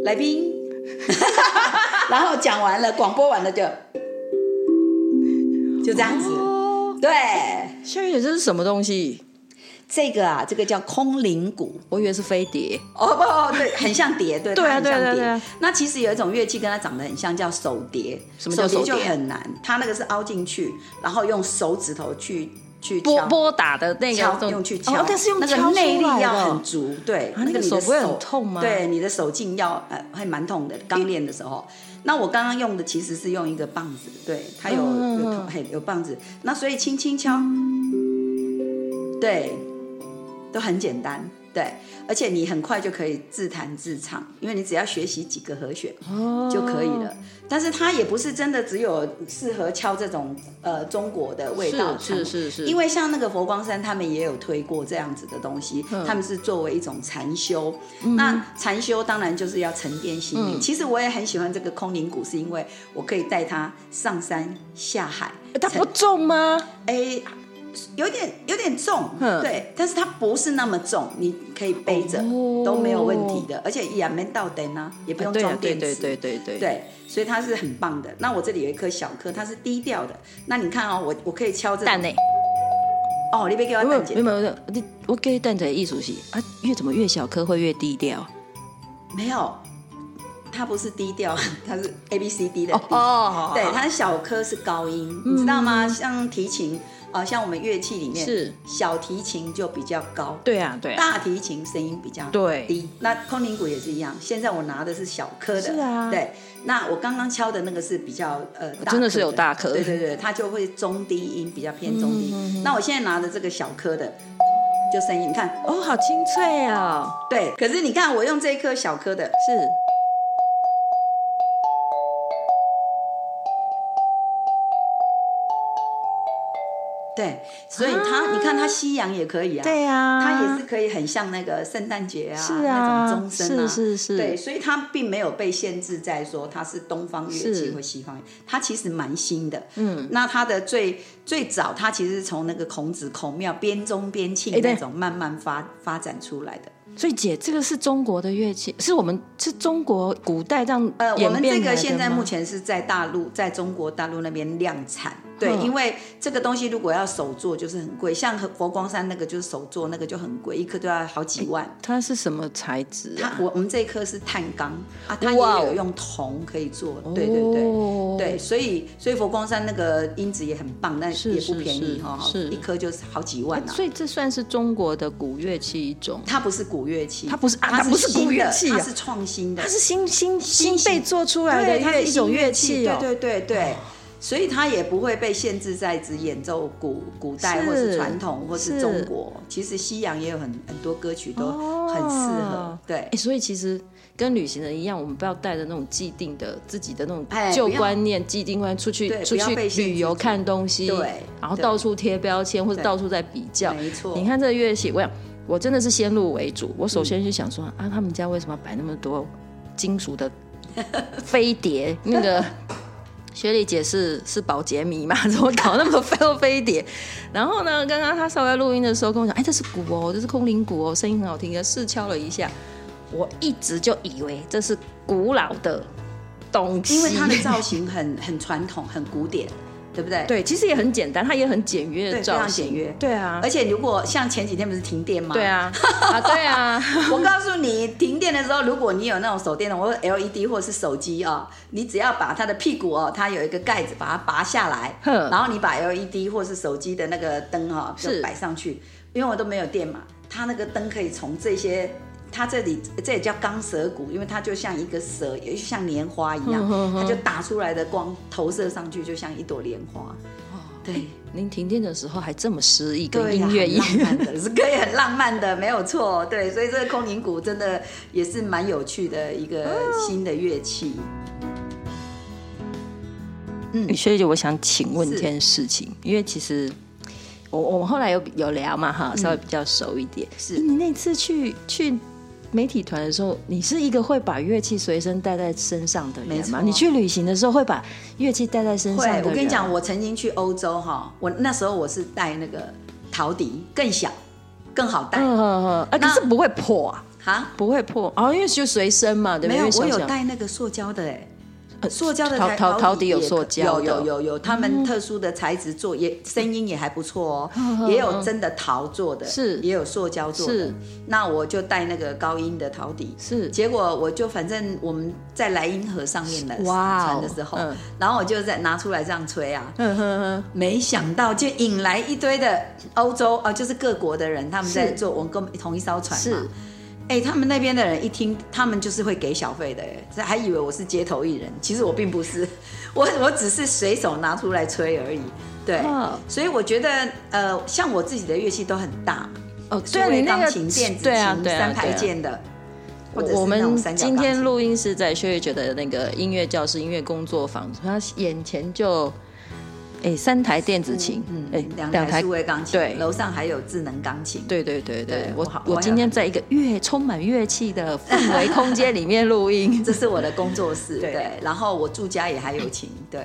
[SPEAKER 2] 来宾， (laughs) 然后讲完了，广播完了就就这样子。
[SPEAKER 1] 哦
[SPEAKER 2] 对，
[SPEAKER 1] 夏雨姐，这是什么东西？
[SPEAKER 2] 这个啊，这个叫空灵鼓。
[SPEAKER 1] 我以为是飞碟。
[SPEAKER 2] 哦不哦，
[SPEAKER 1] (laughs)
[SPEAKER 2] 对，很像碟，对，
[SPEAKER 1] 对啊
[SPEAKER 2] 它很像
[SPEAKER 1] 对啊
[SPEAKER 2] 碟
[SPEAKER 1] 对啊
[SPEAKER 2] 那其实有一种乐器跟它长得很像，叫手碟。
[SPEAKER 1] 什么叫手碟
[SPEAKER 2] 碟？就很难，它那个是凹进去，然后用手指头去去
[SPEAKER 1] 拨
[SPEAKER 2] 敲
[SPEAKER 1] 拨打的那个
[SPEAKER 2] 敲，
[SPEAKER 1] 动
[SPEAKER 2] 用去敲，
[SPEAKER 1] 哦、但是用
[SPEAKER 2] 那
[SPEAKER 1] 敲
[SPEAKER 2] 个
[SPEAKER 1] 出来
[SPEAKER 2] 内力
[SPEAKER 1] 的
[SPEAKER 2] 要很足，对，
[SPEAKER 1] 啊那个
[SPEAKER 2] 个你的
[SPEAKER 1] 手不会很痛吗
[SPEAKER 2] 对，你的手劲要呃会蛮痛的，刚练的时候。那我刚刚用的其实是用一个棒子，对，它有
[SPEAKER 1] 嗯
[SPEAKER 2] 有嘿有棒子，那所以轻轻敲，对，都很简单，对，而且你很快就可以自弹自唱，因为你只要学习几个和弦，
[SPEAKER 1] 哦
[SPEAKER 2] 就可以了。。但是它也不是真的只有适合敲这种呃中国的味道，
[SPEAKER 1] 是是是是
[SPEAKER 2] 因为像那个佛光山，他们也有推过这样子的东西，
[SPEAKER 1] 嗯
[SPEAKER 2] 他们是作为一种禅修。那禅修当然就是要沉淀心
[SPEAKER 1] 嗯
[SPEAKER 2] 灵。其实我也很喜欢这个空灵鼓，是因为我可以带它上山下海。
[SPEAKER 1] 呃它
[SPEAKER 2] 沉
[SPEAKER 1] 不重吗？
[SPEAKER 2] 哎，有点有点重，
[SPEAKER 1] 嗯
[SPEAKER 2] 对，但是它不是那么重，你可以背着、
[SPEAKER 1] 哦
[SPEAKER 2] 都没有问题的，而且也没到灯啊，也不用
[SPEAKER 1] 对
[SPEAKER 2] 装
[SPEAKER 1] 啊对
[SPEAKER 2] 电池，
[SPEAKER 1] 对对对对，
[SPEAKER 2] 对，所以它是很棒的。那我这里有一颗小颗，它是低调的。那你看哦，我我可以敲这
[SPEAKER 1] 蛋呢？
[SPEAKER 2] 哦，你别给我
[SPEAKER 1] 没有
[SPEAKER 2] 蛋姐
[SPEAKER 1] 没有，没有，你我给蛋仔艺术系啊，越怎么越小颗会越低调
[SPEAKER 2] 没有，它不是低调， (laughs) 它是 A B C D 的
[SPEAKER 1] 哦
[SPEAKER 2] 低
[SPEAKER 1] 哦，嗯
[SPEAKER 2] 对，它小颗是高音，你知道吗？像提琴，呃，像我们乐器里面
[SPEAKER 1] 是
[SPEAKER 2] 小提琴就比较高，
[SPEAKER 1] 对啊对啊，
[SPEAKER 2] 大提琴声音比较
[SPEAKER 1] 对
[SPEAKER 2] 低。那空灵鼓也是一样，现在我拿的是小颗的，
[SPEAKER 1] 是啊哦
[SPEAKER 2] 对。那我刚刚敲的那个是比较呃，大颗
[SPEAKER 1] 真的是有大颗嗯
[SPEAKER 2] 对对对，它就会中低音比较偏中低。那我现在拿的这个小颗的，就声音，你看，
[SPEAKER 1] 哦好清脆哦，
[SPEAKER 2] 对。可是你看我用这一颗小颗的，
[SPEAKER 1] 是
[SPEAKER 2] 对，所以它、你看它西洋也可以啊，
[SPEAKER 1] 啊对啊，
[SPEAKER 2] 它也是可以很像那个圣诞节啊，
[SPEAKER 1] 是啊
[SPEAKER 2] 那种钟声
[SPEAKER 1] 是
[SPEAKER 2] 啊，
[SPEAKER 1] 是是
[SPEAKER 2] 对，所以它并没有被限制在说它是东方乐器
[SPEAKER 1] 是
[SPEAKER 2] 或西方乐器，它其实蛮新的。
[SPEAKER 1] 嗯，
[SPEAKER 2] 那它的最最早，它其实是从那个孔子孔庙边钟边磬
[SPEAKER 1] 哎对
[SPEAKER 2] 那种慢慢发发展出来的。
[SPEAKER 1] 所以姐，这个是中国的乐器，是我们是中国古代这样
[SPEAKER 2] 呃，我们
[SPEAKER 1] 演变
[SPEAKER 2] 这
[SPEAKER 1] 来
[SPEAKER 2] 个
[SPEAKER 1] 的
[SPEAKER 2] 现在
[SPEAKER 1] 吗
[SPEAKER 2] 目前是在大陆，在中国大陆那边量产。对，
[SPEAKER 1] 嗯
[SPEAKER 2] 因为这个东西如果要手做就是很贵，像佛光山那个就是手做那个就很贵，一颗都要好几万。
[SPEAKER 1] 它是什么材质
[SPEAKER 2] 它
[SPEAKER 1] 啊？
[SPEAKER 2] 我我们这一颗是碳钢啊，它也
[SPEAKER 1] 哇哦
[SPEAKER 2] 有用铜可以做，对对对、
[SPEAKER 1] 哦
[SPEAKER 2] 对，所以所以佛光山那个因子也很棒，但
[SPEAKER 1] 是
[SPEAKER 2] 也不
[SPEAKER 1] 是
[SPEAKER 2] 便宜
[SPEAKER 1] 是
[SPEAKER 2] 哈，
[SPEAKER 1] 是哎
[SPEAKER 2] 一颗就是好几万啊。
[SPEAKER 1] 所以这算是中国的古乐器一种，
[SPEAKER 2] 它不是古乐器，
[SPEAKER 1] 它不是啊它
[SPEAKER 2] 它
[SPEAKER 1] 不是古
[SPEAKER 2] 新的
[SPEAKER 1] 乐器啊
[SPEAKER 2] 它是创新的
[SPEAKER 1] 它，是新新新
[SPEAKER 2] 新型
[SPEAKER 1] 被做出来的
[SPEAKER 2] 对，它
[SPEAKER 1] 乐
[SPEAKER 2] 是
[SPEAKER 1] 一种
[SPEAKER 2] 新
[SPEAKER 1] 乐
[SPEAKER 2] 器，
[SPEAKER 1] 器
[SPEAKER 2] 对
[SPEAKER 1] 哦。
[SPEAKER 2] 对对对。所以它也不会被限制在只演奏古古代
[SPEAKER 1] 是
[SPEAKER 2] 或是传统或
[SPEAKER 1] 是
[SPEAKER 2] 是中国，其实西洋也有很很多歌曲都很适合
[SPEAKER 1] 哦，
[SPEAKER 2] 对
[SPEAKER 1] 哎，。所以其实跟旅行人一样，我们不要带着那种既定的自己的那种
[SPEAKER 2] 哎
[SPEAKER 1] 旧
[SPEAKER 2] 不要
[SPEAKER 1] 观念、既定观念出去
[SPEAKER 2] 对
[SPEAKER 1] 出
[SPEAKER 2] 不要
[SPEAKER 1] 去
[SPEAKER 2] 被限制
[SPEAKER 1] 旅游看东西，
[SPEAKER 2] 对
[SPEAKER 1] 然后
[SPEAKER 2] 对
[SPEAKER 1] 到处贴标签或者
[SPEAKER 2] 对
[SPEAKER 1] 到处在比较，
[SPEAKER 2] 没错
[SPEAKER 1] 哎你看这个乐器，我想我真的是先入为主，我
[SPEAKER 2] 嗯
[SPEAKER 1] 首先就想说、啊，他们家为什么要摆那么多金属的飞碟？那
[SPEAKER 2] (laughs)
[SPEAKER 1] 个学历姐是是保洁迷嘛， (laughs) 怎么搞那么多飞碟？然后呢，刚刚她稍微录音的时候跟我讲，哎，这是鼓哦，这是空灵鼓哦，声音很好听的，试敲了一下，我一直就以为这是古老的东西，
[SPEAKER 2] 因为它的造型很很传统，很古典，对不
[SPEAKER 1] (laughs)
[SPEAKER 2] 对？，
[SPEAKER 1] 对，其实也很简单，它也很简约的
[SPEAKER 2] 对
[SPEAKER 1] 造
[SPEAKER 2] 非常
[SPEAKER 1] 型，
[SPEAKER 2] 简约
[SPEAKER 1] 对啊
[SPEAKER 2] 而，且如果像前几天不是停电吗？
[SPEAKER 1] 对。啊，啊对
[SPEAKER 2] (laughs)
[SPEAKER 1] 啊。 (laughs)
[SPEAKER 2] 我告诉你，停电的时候，如果你有那种手电筒或者 LED 或者是手机哦，你只要把它的屁股哦，它有一个盖子，把它拔下来，
[SPEAKER 1] 哼
[SPEAKER 2] 然后你把 LED 或是手机的那个灯哈、哦，就是摆上去。因为我都没有电嘛，它那个灯可以从这些，它这里这也叫钢蛇骨，因为它就像一个蛇，也就像莲花一样，
[SPEAKER 1] 哼哼哼
[SPEAKER 2] 它就打出来的光投射上去，就像一朵莲花。
[SPEAKER 1] 哦
[SPEAKER 2] 对。
[SPEAKER 1] 您停电的时候还这么诗意，跟
[SPEAKER 2] 对呀
[SPEAKER 1] 音乐一
[SPEAKER 2] 很浪
[SPEAKER 1] 样
[SPEAKER 2] 漫。的，是可以很浪漫的，没有错。对，所以这个空灵鼓真的也是蛮有趣的一个
[SPEAKER 1] 嗯
[SPEAKER 2] 新的乐器。
[SPEAKER 1] (laughs)
[SPEAKER 2] 嗯
[SPEAKER 1] 学姐，我想请问一
[SPEAKER 2] 是
[SPEAKER 1] 件事情，因为其实我我们后来有有聊嘛哈，稍微比较熟一点。
[SPEAKER 2] 嗯是
[SPEAKER 1] 你那次去去媒体团的时候，你是一个会把乐器随身带在身上的
[SPEAKER 2] 没
[SPEAKER 1] 人吗？
[SPEAKER 2] 错
[SPEAKER 1] 你去旅行的时候会把乐器带在身上的
[SPEAKER 2] 会
[SPEAKER 1] 人？，
[SPEAKER 2] 我跟你讲，我曾经去欧洲哈，我那时候我是带那个陶笛，更小，更好带
[SPEAKER 1] 嗯，嗯嗯，啊，可
[SPEAKER 2] 那
[SPEAKER 1] 是不会破啊，
[SPEAKER 2] 哈。
[SPEAKER 1] 不会破哦，因为就随身嘛，对不
[SPEAKER 2] 没
[SPEAKER 1] 对？因
[SPEAKER 2] 有
[SPEAKER 1] 为，
[SPEAKER 2] 我
[SPEAKER 1] 小
[SPEAKER 2] 有
[SPEAKER 1] 小
[SPEAKER 2] 带那个塑胶的哎。
[SPEAKER 1] 呃
[SPEAKER 2] 塑胶的
[SPEAKER 1] 陶
[SPEAKER 2] 材
[SPEAKER 1] 陶陶笛
[SPEAKER 2] 也
[SPEAKER 1] 有
[SPEAKER 2] 可
[SPEAKER 1] 塑胶的嗯
[SPEAKER 2] 有有有有，他们特殊的材质做，也声音也还不错哦，也有真的陶做的，
[SPEAKER 1] 嗯是
[SPEAKER 2] 也有塑胶做的
[SPEAKER 1] 是。
[SPEAKER 2] 那我就带那个高音的陶笛，
[SPEAKER 1] 是
[SPEAKER 2] 结果我就反正我们在莱茵河上面的
[SPEAKER 1] 哇哦
[SPEAKER 2] 船的时候
[SPEAKER 1] 嗯，
[SPEAKER 2] 然后我就在拿出来这样吹啊，没想到就引来一堆的欧洲哦，就是各国的人，他们在
[SPEAKER 1] 是
[SPEAKER 2] 做我们跟同一艘船嘛，
[SPEAKER 1] 是
[SPEAKER 2] 哎、他们那边的人一听，他们就是会给小费的，哎，这还以为我是街头艺人，其实我并不是， (laughs) 我我只是随手拿出来吹而已。对
[SPEAKER 1] 哦，
[SPEAKER 2] 所以我觉得，呃，像我自己的乐器都很大，
[SPEAKER 1] 哦，对啊，
[SPEAKER 2] 数位
[SPEAKER 1] 你那
[SPEAKER 2] 钢
[SPEAKER 1] 个
[SPEAKER 2] 琴、电子琴、
[SPEAKER 1] 对啊对啊
[SPEAKER 2] 三排
[SPEAKER 1] 对啊
[SPEAKER 2] 键的，或者是
[SPEAKER 1] 我
[SPEAKER 2] 那种
[SPEAKER 1] 们
[SPEAKER 2] 三角
[SPEAKER 1] 今
[SPEAKER 2] 钢
[SPEAKER 1] 天
[SPEAKER 2] 琴
[SPEAKER 1] 录音是在薛岳觉的那个音乐教室、音乐工作坊，他眼前就哎三台电子琴，嗯，哎
[SPEAKER 2] 两台数位钢琴，
[SPEAKER 1] 对
[SPEAKER 2] 楼上还有智能钢琴，
[SPEAKER 1] 对对对对
[SPEAKER 2] 对，
[SPEAKER 1] 我
[SPEAKER 2] 我好
[SPEAKER 1] 我
[SPEAKER 2] 我还，
[SPEAKER 1] 今天在一个乐充满乐器的氛围空间里面录音
[SPEAKER 2] (laughs) 这是我的工作室，
[SPEAKER 1] 对哦
[SPEAKER 2] (laughs) 对，然后我住家也还有琴，对，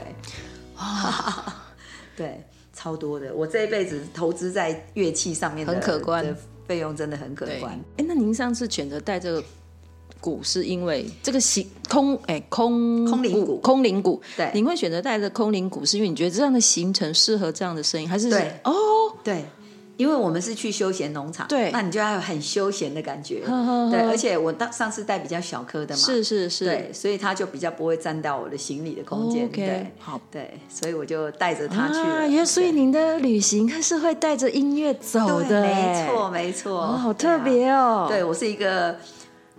[SPEAKER 2] 对，超多的。我这一辈子投资在乐器上面的
[SPEAKER 1] 很可观
[SPEAKER 2] 的费用，真的很可观。
[SPEAKER 1] 哎，那您上次选择带这个鼓，是因为这个形空哎空
[SPEAKER 2] 空灵鼓
[SPEAKER 1] 空灵鼓，
[SPEAKER 2] 对
[SPEAKER 1] 您会选择带着空灵鼓，是因为你觉得这样的行程适合这样的声音，还是
[SPEAKER 2] 对
[SPEAKER 1] 哦？
[SPEAKER 2] 对，因为我们是去休闲农场，
[SPEAKER 1] 对
[SPEAKER 2] 那你就要有很休闲的感觉。
[SPEAKER 1] 呵呵呵
[SPEAKER 2] 对，而且我当上次带比较小颗的嘛，
[SPEAKER 1] 是是是，
[SPEAKER 2] 对，所以它就比较不会占到我的行李的空间。
[SPEAKER 1] 哦，OK，
[SPEAKER 2] 对，
[SPEAKER 1] 好
[SPEAKER 2] 对，所以我就带着它去了。
[SPEAKER 1] 啊，原来所以您的旅行是会带着音乐走
[SPEAKER 2] 对
[SPEAKER 1] 的，
[SPEAKER 2] 没错，没错，
[SPEAKER 1] 哦，好
[SPEAKER 2] 对啊
[SPEAKER 1] 特别哦，
[SPEAKER 2] 对我是一个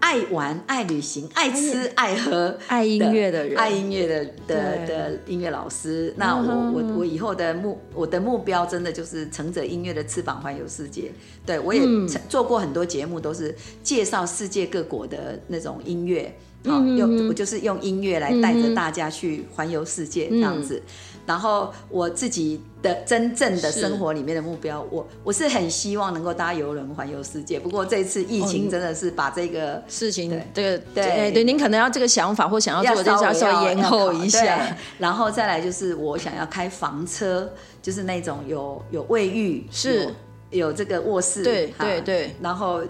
[SPEAKER 2] 爱玩、爱旅行、爱吃、爱喝、
[SPEAKER 1] 爱音乐的人
[SPEAKER 2] 爱音乐的的
[SPEAKER 1] 对
[SPEAKER 2] 的音乐老师。那
[SPEAKER 1] 嗯
[SPEAKER 2] 我
[SPEAKER 1] 哼
[SPEAKER 2] 我我以后的目我的目标真的就是乘着音乐的翅膀环游世界。对我也
[SPEAKER 1] 嗯
[SPEAKER 2] 曾做过很多节目，都是介绍世界各国的那种音乐。好，
[SPEAKER 1] 嗯哼
[SPEAKER 2] 用我就是用音乐来带着大家去环游世界这样子。然后我自己的真正的
[SPEAKER 1] 嗯是
[SPEAKER 2] 生活里面的目标，我我是很希望能够搭游轮环游世界。不过这次疫
[SPEAKER 1] 哦
[SPEAKER 2] 情真的是把这个
[SPEAKER 1] 事情
[SPEAKER 2] 对
[SPEAKER 1] 这个
[SPEAKER 2] 对
[SPEAKER 1] 哎对，您可能要这个想法或想要做的，就是稍微延后一
[SPEAKER 2] 要
[SPEAKER 1] 下
[SPEAKER 2] 考对，然后再来就是我想要开房车，就是那种有有卫浴，
[SPEAKER 1] 是
[SPEAKER 2] 有有这个卧室，
[SPEAKER 1] 对
[SPEAKER 2] 哈
[SPEAKER 1] 对对
[SPEAKER 2] 然后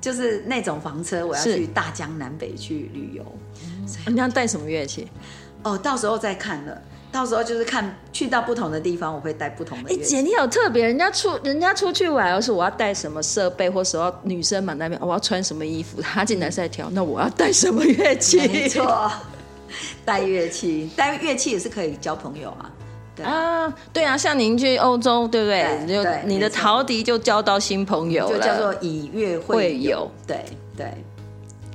[SPEAKER 2] 就是那种房车，我要
[SPEAKER 1] 是
[SPEAKER 2] 去大江南北去旅游。
[SPEAKER 1] 你要带什么乐器？
[SPEAKER 2] 哦，到时候再看了，到时候就是看去到不同的地方，我会带不同的
[SPEAKER 1] 哎、
[SPEAKER 2] 乐器。
[SPEAKER 1] 姐，你好特别，人家出人家出去玩，而是我要带什么设备，或是我要女生嘛那边，哦我要穿什么衣服，她进来是在挑，那我要带什么乐器？
[SPEAKER 2] 没错，带乐器，带乐器也是可以交朋友啊。
[SPEAKER 1] (laughs)
[SPEAKER 2] 对
[SPEAKER 1] 啊，对啊，像您去欧洲，对不对？
[SPEAKER 2] 对
[SPEAKER 1] 你就
[SPEAKER 2] 对
[SPEAKER 1] 你的
[SPEAKER 2] 没错
[SPEAKER 1] 陶笛就交到新朋友了，
[SPEAKER 2] 就叫做以乐
[SPEAKER 1] 会
[SPEAKER 2] 会友。
[SPEAKER 1] 友。
[SPEAKER 2] 对对，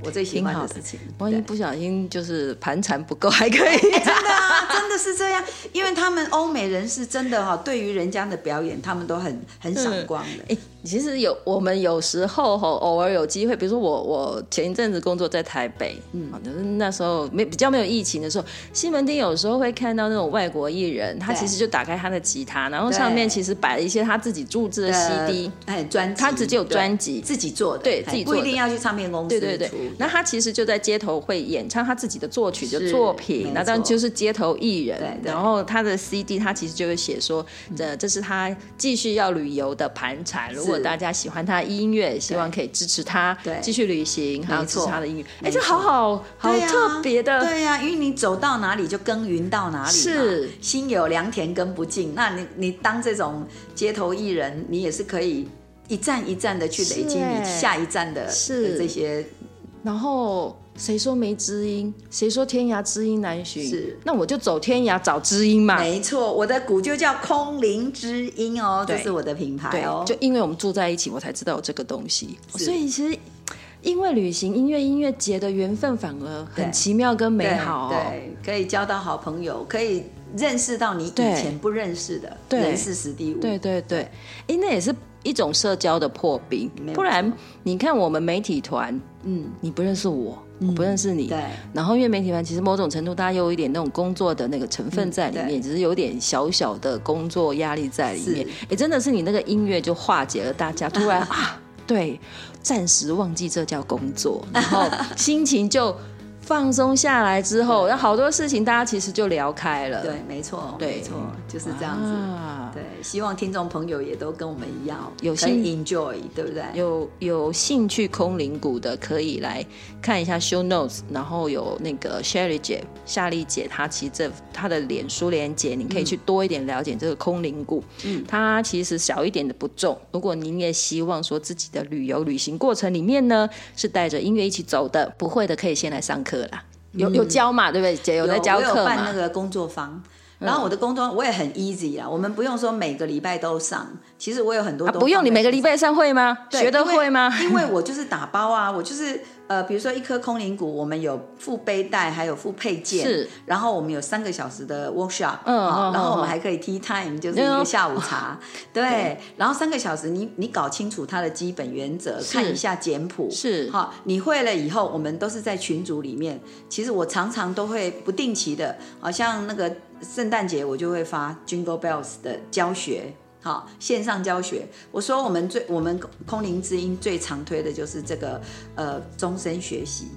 [SPEAKER 2] 我最喜
[SPEAKER 1] 挺
[SPEAKER 2] 欢
[SPEAKER 1] 好
[SPEAKER 2] 的
[SPEAKER 1] 的
[SPEAKER 2] 事情。
[SPEAKER 1] 万一
[SPEAKER 2] (laughs) 对
[SPEAKER 1] 不小心就是盘缠不够，还可以。 (laughs)
[SPEAKER 2] 真的啊，真的是这样，因为他们欧美人是真的哈、对于人家的表演，他们都很很赏光的。
[SPEAKER 1] 哎、其实有我们有时候吼，偶尔有机会，比如说我我前一阵子工作在台北，嗯，就是那时候没比较没有疫情的时候，西门町有时候会看到那种外国艺人，他
[SPEAKER 2] 对
[SPEAKER 1] 其实就打开他的吉他，然后上面
[SPEAKER 2] 对
[SPEAKER 1] 其实摆了一些他自己注制的
[SPEAKER 2] 呃
[SPEAKER 1] CD。
[SPEAKER 2] 哎，专辑，
[SPEAKER 1] 他直接有专辑
[SPEAKER 2] 对自己做的，
[SPEAKER 1] 对
[SPEAKER 2] 哎
[SPEAKER 1] 自己
[SPEAKER 2] 不
[SPEAKER 1] 做
[SPEAKER 2] 一
[SPEAKER 1] 的
[SPEAKER 2] 定要去唱片公司
[SPEAKER 1] 对对对
[SPEAKER 2] 出，
[SPEAKER 1] 那他其实就在街头会演唱他自己的作曲的
[SPEAKER 2] 是
[SPEAKER 1] 作
[SPEAKER 2] 没
[SPEAKER 1] 品，那当然
[SPEAKER 2] 错
[SPEAKER 1] 就是街头艺人。
[SPEAKER 2] 对对
[SPEAKER 1] 然后他的 CD，他其实就会写说，这这是他继续要旅游的盘缠。如果大家喜欢他的音乐，希望可以支持他
[SPEAKER 2] 对
[SPEAKER 1] 继续旅行，还有支持
[SPEAKER 2] 错
[SPEAKER 1] 他的音乐。
[SPEAKER 2] 没
[SPEAKER 1] 哎，这
[SPEAKER 2] 错
[SPEAKER 1] 好好好
[SPEAKER 2] 对啊
[SPEAKER 1] 特别的，
[SPEAKER 2] 对呀、因为你走到哪里就耕耘到哪里嘛，
[SPEAKER 1] 是
[SPEAKER 2] 心有良田耕不尽。那你你当这种街头艺人，你也是可以一站一站的去累积
[SPEAKER 1] 是哎
[SPEAKER 2] 你下一站的
[SPEAKER 1] 是
[SPEAKER 2] 的这些
[SPEAKER 1] 然后。谁说没知音？谁说天涯知音难寻？
[SPEAKER 2] 是
[SPEAKER 1] 那我就走天涯找知音嘛。
[SPEAKER 2] 没错，我的鼓就叫空灵之音哦，这
[SPEAKER 1] 对
[SPEAKER 2] 是我的品牌
[SPEAKER 1] 对
[SPEAKER 2] 哦，。
[SPEAKER 1] 就因为我们住在一起，我才知道有这个东西。
[SPEAKER 2] 是
[SPEAKER 1] 所以其实因为旅行、音乐、音乐节的缘分反而
[SPEAKER 2] 对
[SPEAKER 1] 很奇妙跟美好
[SPEAKER 2] 对
[SPEAKER 1] 哦。
[SPEAKER 2] 对，可以交到好朋友，可以认识到你以
[SPEAKER 1] 对
[SPEAKER 2] 前不认识的
[SPEAKER 1] 对
[SPEAKER 2] 人事实地物。
[SPEAKER 1] 对对对，哎，那也是一种社交的破冰
[SPEAKER 2] 没有。
[SPEAKER 1] 不然你看我们媒体团，嗯，你不认识我，我不认识你。
[SPEAKER 2] 嗯对
[SPEAKER 1] 然后，因为媒体团其实某种程度，大家有一点那种工作的那个成分在里
[SPEAKER 2] 嗯对
[SPEAKER 1] 面，只是有点小小的工作压力在里面
[SPEAKER 2] 是。
[SPEAKER 1] 哎，真的是你那个音乐就化解了大家，
[SPEAKER 2] (laughs)
[SPEAKER 1] 突然啊，对，暂时忘记这叫工作，然后心情就放松下来之
[SPEAKER 2] (laughs)
[SPEAKER 1] 后，那好多事情大家其实就聊开了。
[SPEAKER 2] 对，没错，
[SPEAKER 1] 对
[SPEAKER 2] 没错，就是这样子。
[SPEAKER 1] 啊
[SPEAKER 2] 对，希望听众朋友也都跟我们一样，
[SPEAKER 1] 有
[SPEAKER 2] 可以
[SPEAKER 1] 心
[SPEAKER 2] enjoy，对不对？
[SPEAKER 1] 有有兴趣空灵谷的，可以来看一下 show notes，然后有那个 Sherry 姐、夏丽姐，她其实这她的脸书连接，你可以
[SPEAKER 2] 嗯
[SPEAKER 1] 去多一点了解这个空灵谷。嗯，它其实小一点的不重。如果您也希望说自己的旅游旅行过程里面呢，是带着音乐一起走的，不会的可以先来上课啦。有有教嘛，对不对？姐有在教
[SPEAKER 2] 我嗯有
[SPEAKER 1] 课嗯
[SPEAKER 2] 办那
[SPEAKER 1] 嘛？
[SPEAKER 2] 个工作坊。然后我的工作坊我也很 easy 啊啦，我们不用说每个礼拜都上，其实我有很多
[SPEAKER 1] 啊，
[SPEAKER 2] 都
[SPEAKER 1] 不用
[SPEAKER 2] 放
[SPEAKER 1] 你
[SPEAKER 2] 在
[SPEAKER 1] 每个礼拜上会吗？
[SPEAKER 2] 对
[SPEAKER 1] 学得会吗？
[SPEAKER 2] (laughs) 因为因为我就是打包啊，我就是呃，比如说一颗空灵鼓，我们有附背带，还有附配件，
[SPEAKER 1] 是。
[SPEAKER 2] 然后我们有三个小时的 workshop，
[SPEAKER 1] 嗯
[SPEAKER 2] 啊
[SPEAKER 1] 嗯
[SPEAKER 2] 然后我们
[SPEAKER 1] 嗯
[SPEAKER 2] 还可以 tea time，就是一
[SPEAKER 1] 哎
[SPEAKER 2] 个
[SPEAKER 1] 呦
[SPEAKER 2] 下午
[SPEAKER 1] (laughs)
[SPEAKER 2] 茶，对。然后三个小时你，你搞清楚它的基本原则，
[SPEAKER 1] 是
[SPEAKER 2] 看一下简谱，
[SPEAKER 1] 是
[SPEAKER 2] 好，你会了以后，我们都是在群组里面。其实我常常都会不定期的，好像那个圣诞节我就会发 Jingle Bells 的教学。好，线上教学。我说我们最我们空灵之音最常推的就是这个呃终身学习。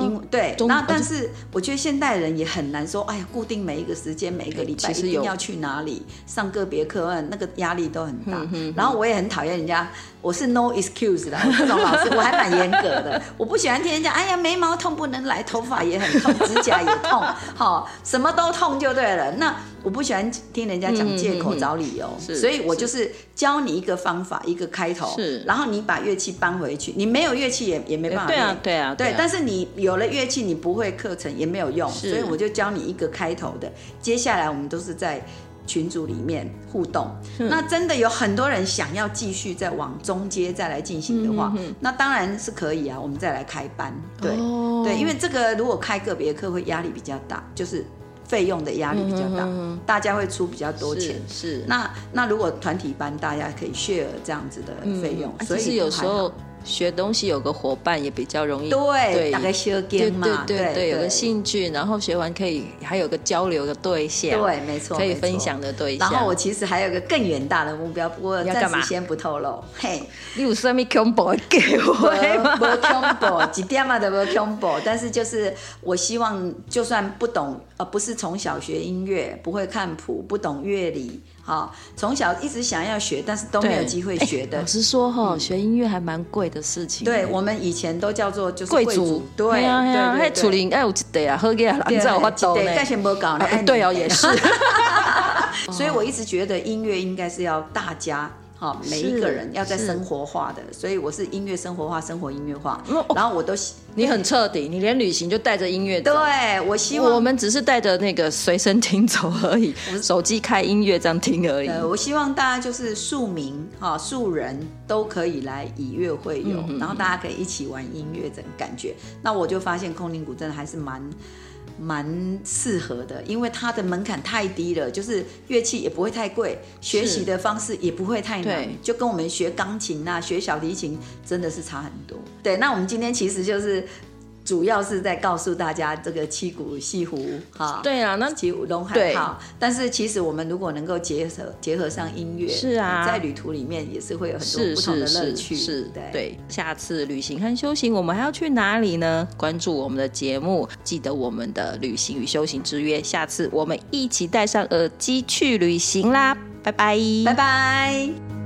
[SPEAKER 2] 因为对，
[SPEAKER 1] 中
[SPEAKER 2] 那
[SPEAKER 1] 哦
[SPEAKER 2] 但
[SPEAKER 1] 就是
[SPEAKER 2] 我觉得现代人也很难说，哎呀，固定每一个时间、每一个礼
[SPEAKER 1] 其
[SPEAKER 2] 拜一
[SPEAKER 1] 实
[SPEAKER 2] 定
[SPEAKER 1] 有
[SPEAKER 2] 要去哪里上个别课案，那个压力都很
[SPEAKER 1] 嗯
[SPEAKER 2] 大。然后我也很讨厌人家，我是 no excuse 的， (laughs) 我这种老师我还蛮严格的，我不喜欢听人家，哎呀，眉毛痛不能来，头发也很痛，指甲也痛， (laughs) 好、什么都痛就对了。那我不喜欢听人家讲借口、
[SPEAKER 1] 嗯嗯嗯
[SPEAKER 2] 找理由，
[SPEAKER 1] 是
[SPEAKER 2] 所以我就是教你一个方法，一个开头，
[SPEAKER 1] 是
[SPEAKER 2] 然后你把乐器搬回去，你没有乐器也也没办法
[SPEAKER 1] 对啊
[SPEAKER 2] 练，
[SPEAKER 1] 对啊，
[SPEAKER 2] 对
[SPEAKER 1] 啊，
[SPEAKER 2] 但是你有了乐器，你不会课程也没有用，所
[SPEAKER 1] 是
[SPEAKER 2] 以我就教你一个开头的。接下来我们都是在群组里面互动。
[SPEAKER 1] 嗯
[SPEAKER 2] 那真的有很多人想要继续再往中阶再来进行的话，那当然是可以啊，我们再来开班。对、
[SPEAKER 1] 嗯哦
[SPEAKER 2] 对，因为这个如果开个别课会压力比较大，就是费用的压力比较大，
[SPEAKER 1] 嗯
[SPEAKER 2] 大家会出比较多钱。
[SPEAKER 1] 是。那
[SPEAKER 2] 那那如果团体班，大家可以 share 这样子的费用，所
[SPEAKER 1] 嗯
[SPEAKER 2] 以
[SPEAKER 1] 啊其实有时
[SPEAKER 2] 还好
[SPEAKER 1] 候学东西有个伙伴也比较容易
[SPEAKER 2] 对，大概修
[SPEAKER 1] 对
[SPEAKER 2] 根嘛，
[SPEAKER 1] 对对对，有个兴趣，然后学完可以还有个交流的对象，
[SPEAKER 2] 对，没错，
[SPEAKER 1] 可以
[SPEAKER 2] 没错
[SPEAKER 1] 分享。的对
[SPEAKER 2] 然
[SPEAKER 1] 象。(laughs)
[SPEAKER 2] 后我其实还有个更远大的目标，不过
[SPEAKER 1] 要
[SPEAKER 2] 暂
[SPEAKER 1] 干嘛
[SPEAKER 2] 时先不透露。
[SPEAKER 1] (laughs)
[SPEAKER 2] 嘿，
[SPEAKER 1] 你有什么 combo 给
[SPEAKER 2] 不
[SPEAKER 1] 我吗？
[SPEAKER 2] 不 combo 几点嘛都不 combo，但是就是我希望，就算不懂呃，不是从小学音乐，不会看谱，不懂乐理，哈、从小一直想要学，但是都没有
[SPEAKER 1] 对
[SPEAKER 2] 机会
[SPEAKER 1] 哎
[SPEAKER 2] 学的嗯
[SPEAKER 1] 老。实说哈、学音乐还蛮贵的事情。
[SPEAKER 2] 对，我们以前都叫做就是
[SPEAKER 1] 贵
[SPEAKER 2] 族
[SPEAKER 1] 族，，
[SPEAKER 2] 对，
[SPEAKER 1] 嘿啊
[SPEAKER 2] 对
[SPEAKER 1] 嘿啊，
[SPEAKER 2] 对
[SPEAKER 1] 还
[SPEAKER 2] 对
[SPEAKER 1] 处理哎，有一对啊，喝给啊，你知道我懂呢
[SPEAKER 2] 对，。盖全不搞呢哎
[SPEAKER 1] 啊， (laughs) 对哦，也是。
[SPEAKER 2] (laughs) 所以我一直觉得音乐应该是要大家。哈，每一个人要在
[SPEAKER 1] 是
[SPEAKER 2] 生活化的，所以我是音乐生活化，生活音乐化
[SPEAKER 1] 哦。
[SPEAKER 2] 然后我都喜，
[SPEAKER 1] 你很彻底，你连旅行就带着音乐走
[SPEAKER 2] 对。我希
[SPEAKER 1] 我
[SPEAKER 2] 望，
[SPEAKER 1] 们只是带着那个随身听走而
[SPEAKER 2] (laughs)
[SPEAKER 1] 已，手机开音乐这样听而已。
[SPEAKER 2] 呃，我希望大家就是庶民哈、庶人都可以来以乐会
[SPEAKER 1] 嗯
[SPEAKER 2] 友，然后大家可以一起玩音乐，这种感觉。那我就发现空灵鼓真的还是蛮蛮适合的，因为它的门槛太低了，就是乐器也不会太贵，学习的方式也不会太难
[SPEAKER 1] 对，
[SPEAKER 2] 就跟我们学钢琴啊、学小提琴真的是差很多。对，那我们今天其实就是主要是在告诉大家这个七股西湖哈，
[SPEAKER 1] 对啊，那
[SPEAKER 2] 七股东海
[SPEAKER 1] 对
[SPEAKER 2] 哈，但是其实我们如果能够结合结合上音乐，
[SPEAKER 1] 是啊
[SPEAKER 2] 在旅途里面也是会有很
[SPEAKER 1] 是
[SPEAKER 2] 多不同的
[SPEAKER 1] 是
[SPEAKER 2] 乐
[SPEAKER 1] 是
[SPEAKER 2] 趣，
[SPEAKER 1] 是，
[SPEAKER 2] 对。
[SPEAKER 1] 对。下次旅行和修行，我们还要去哪里呢？关注我们的节目，记得我们的旅行与修行之约。下次我们一起戴上耳机去旅行啦，拜拜，
[SPEAKER 2] 拜拜。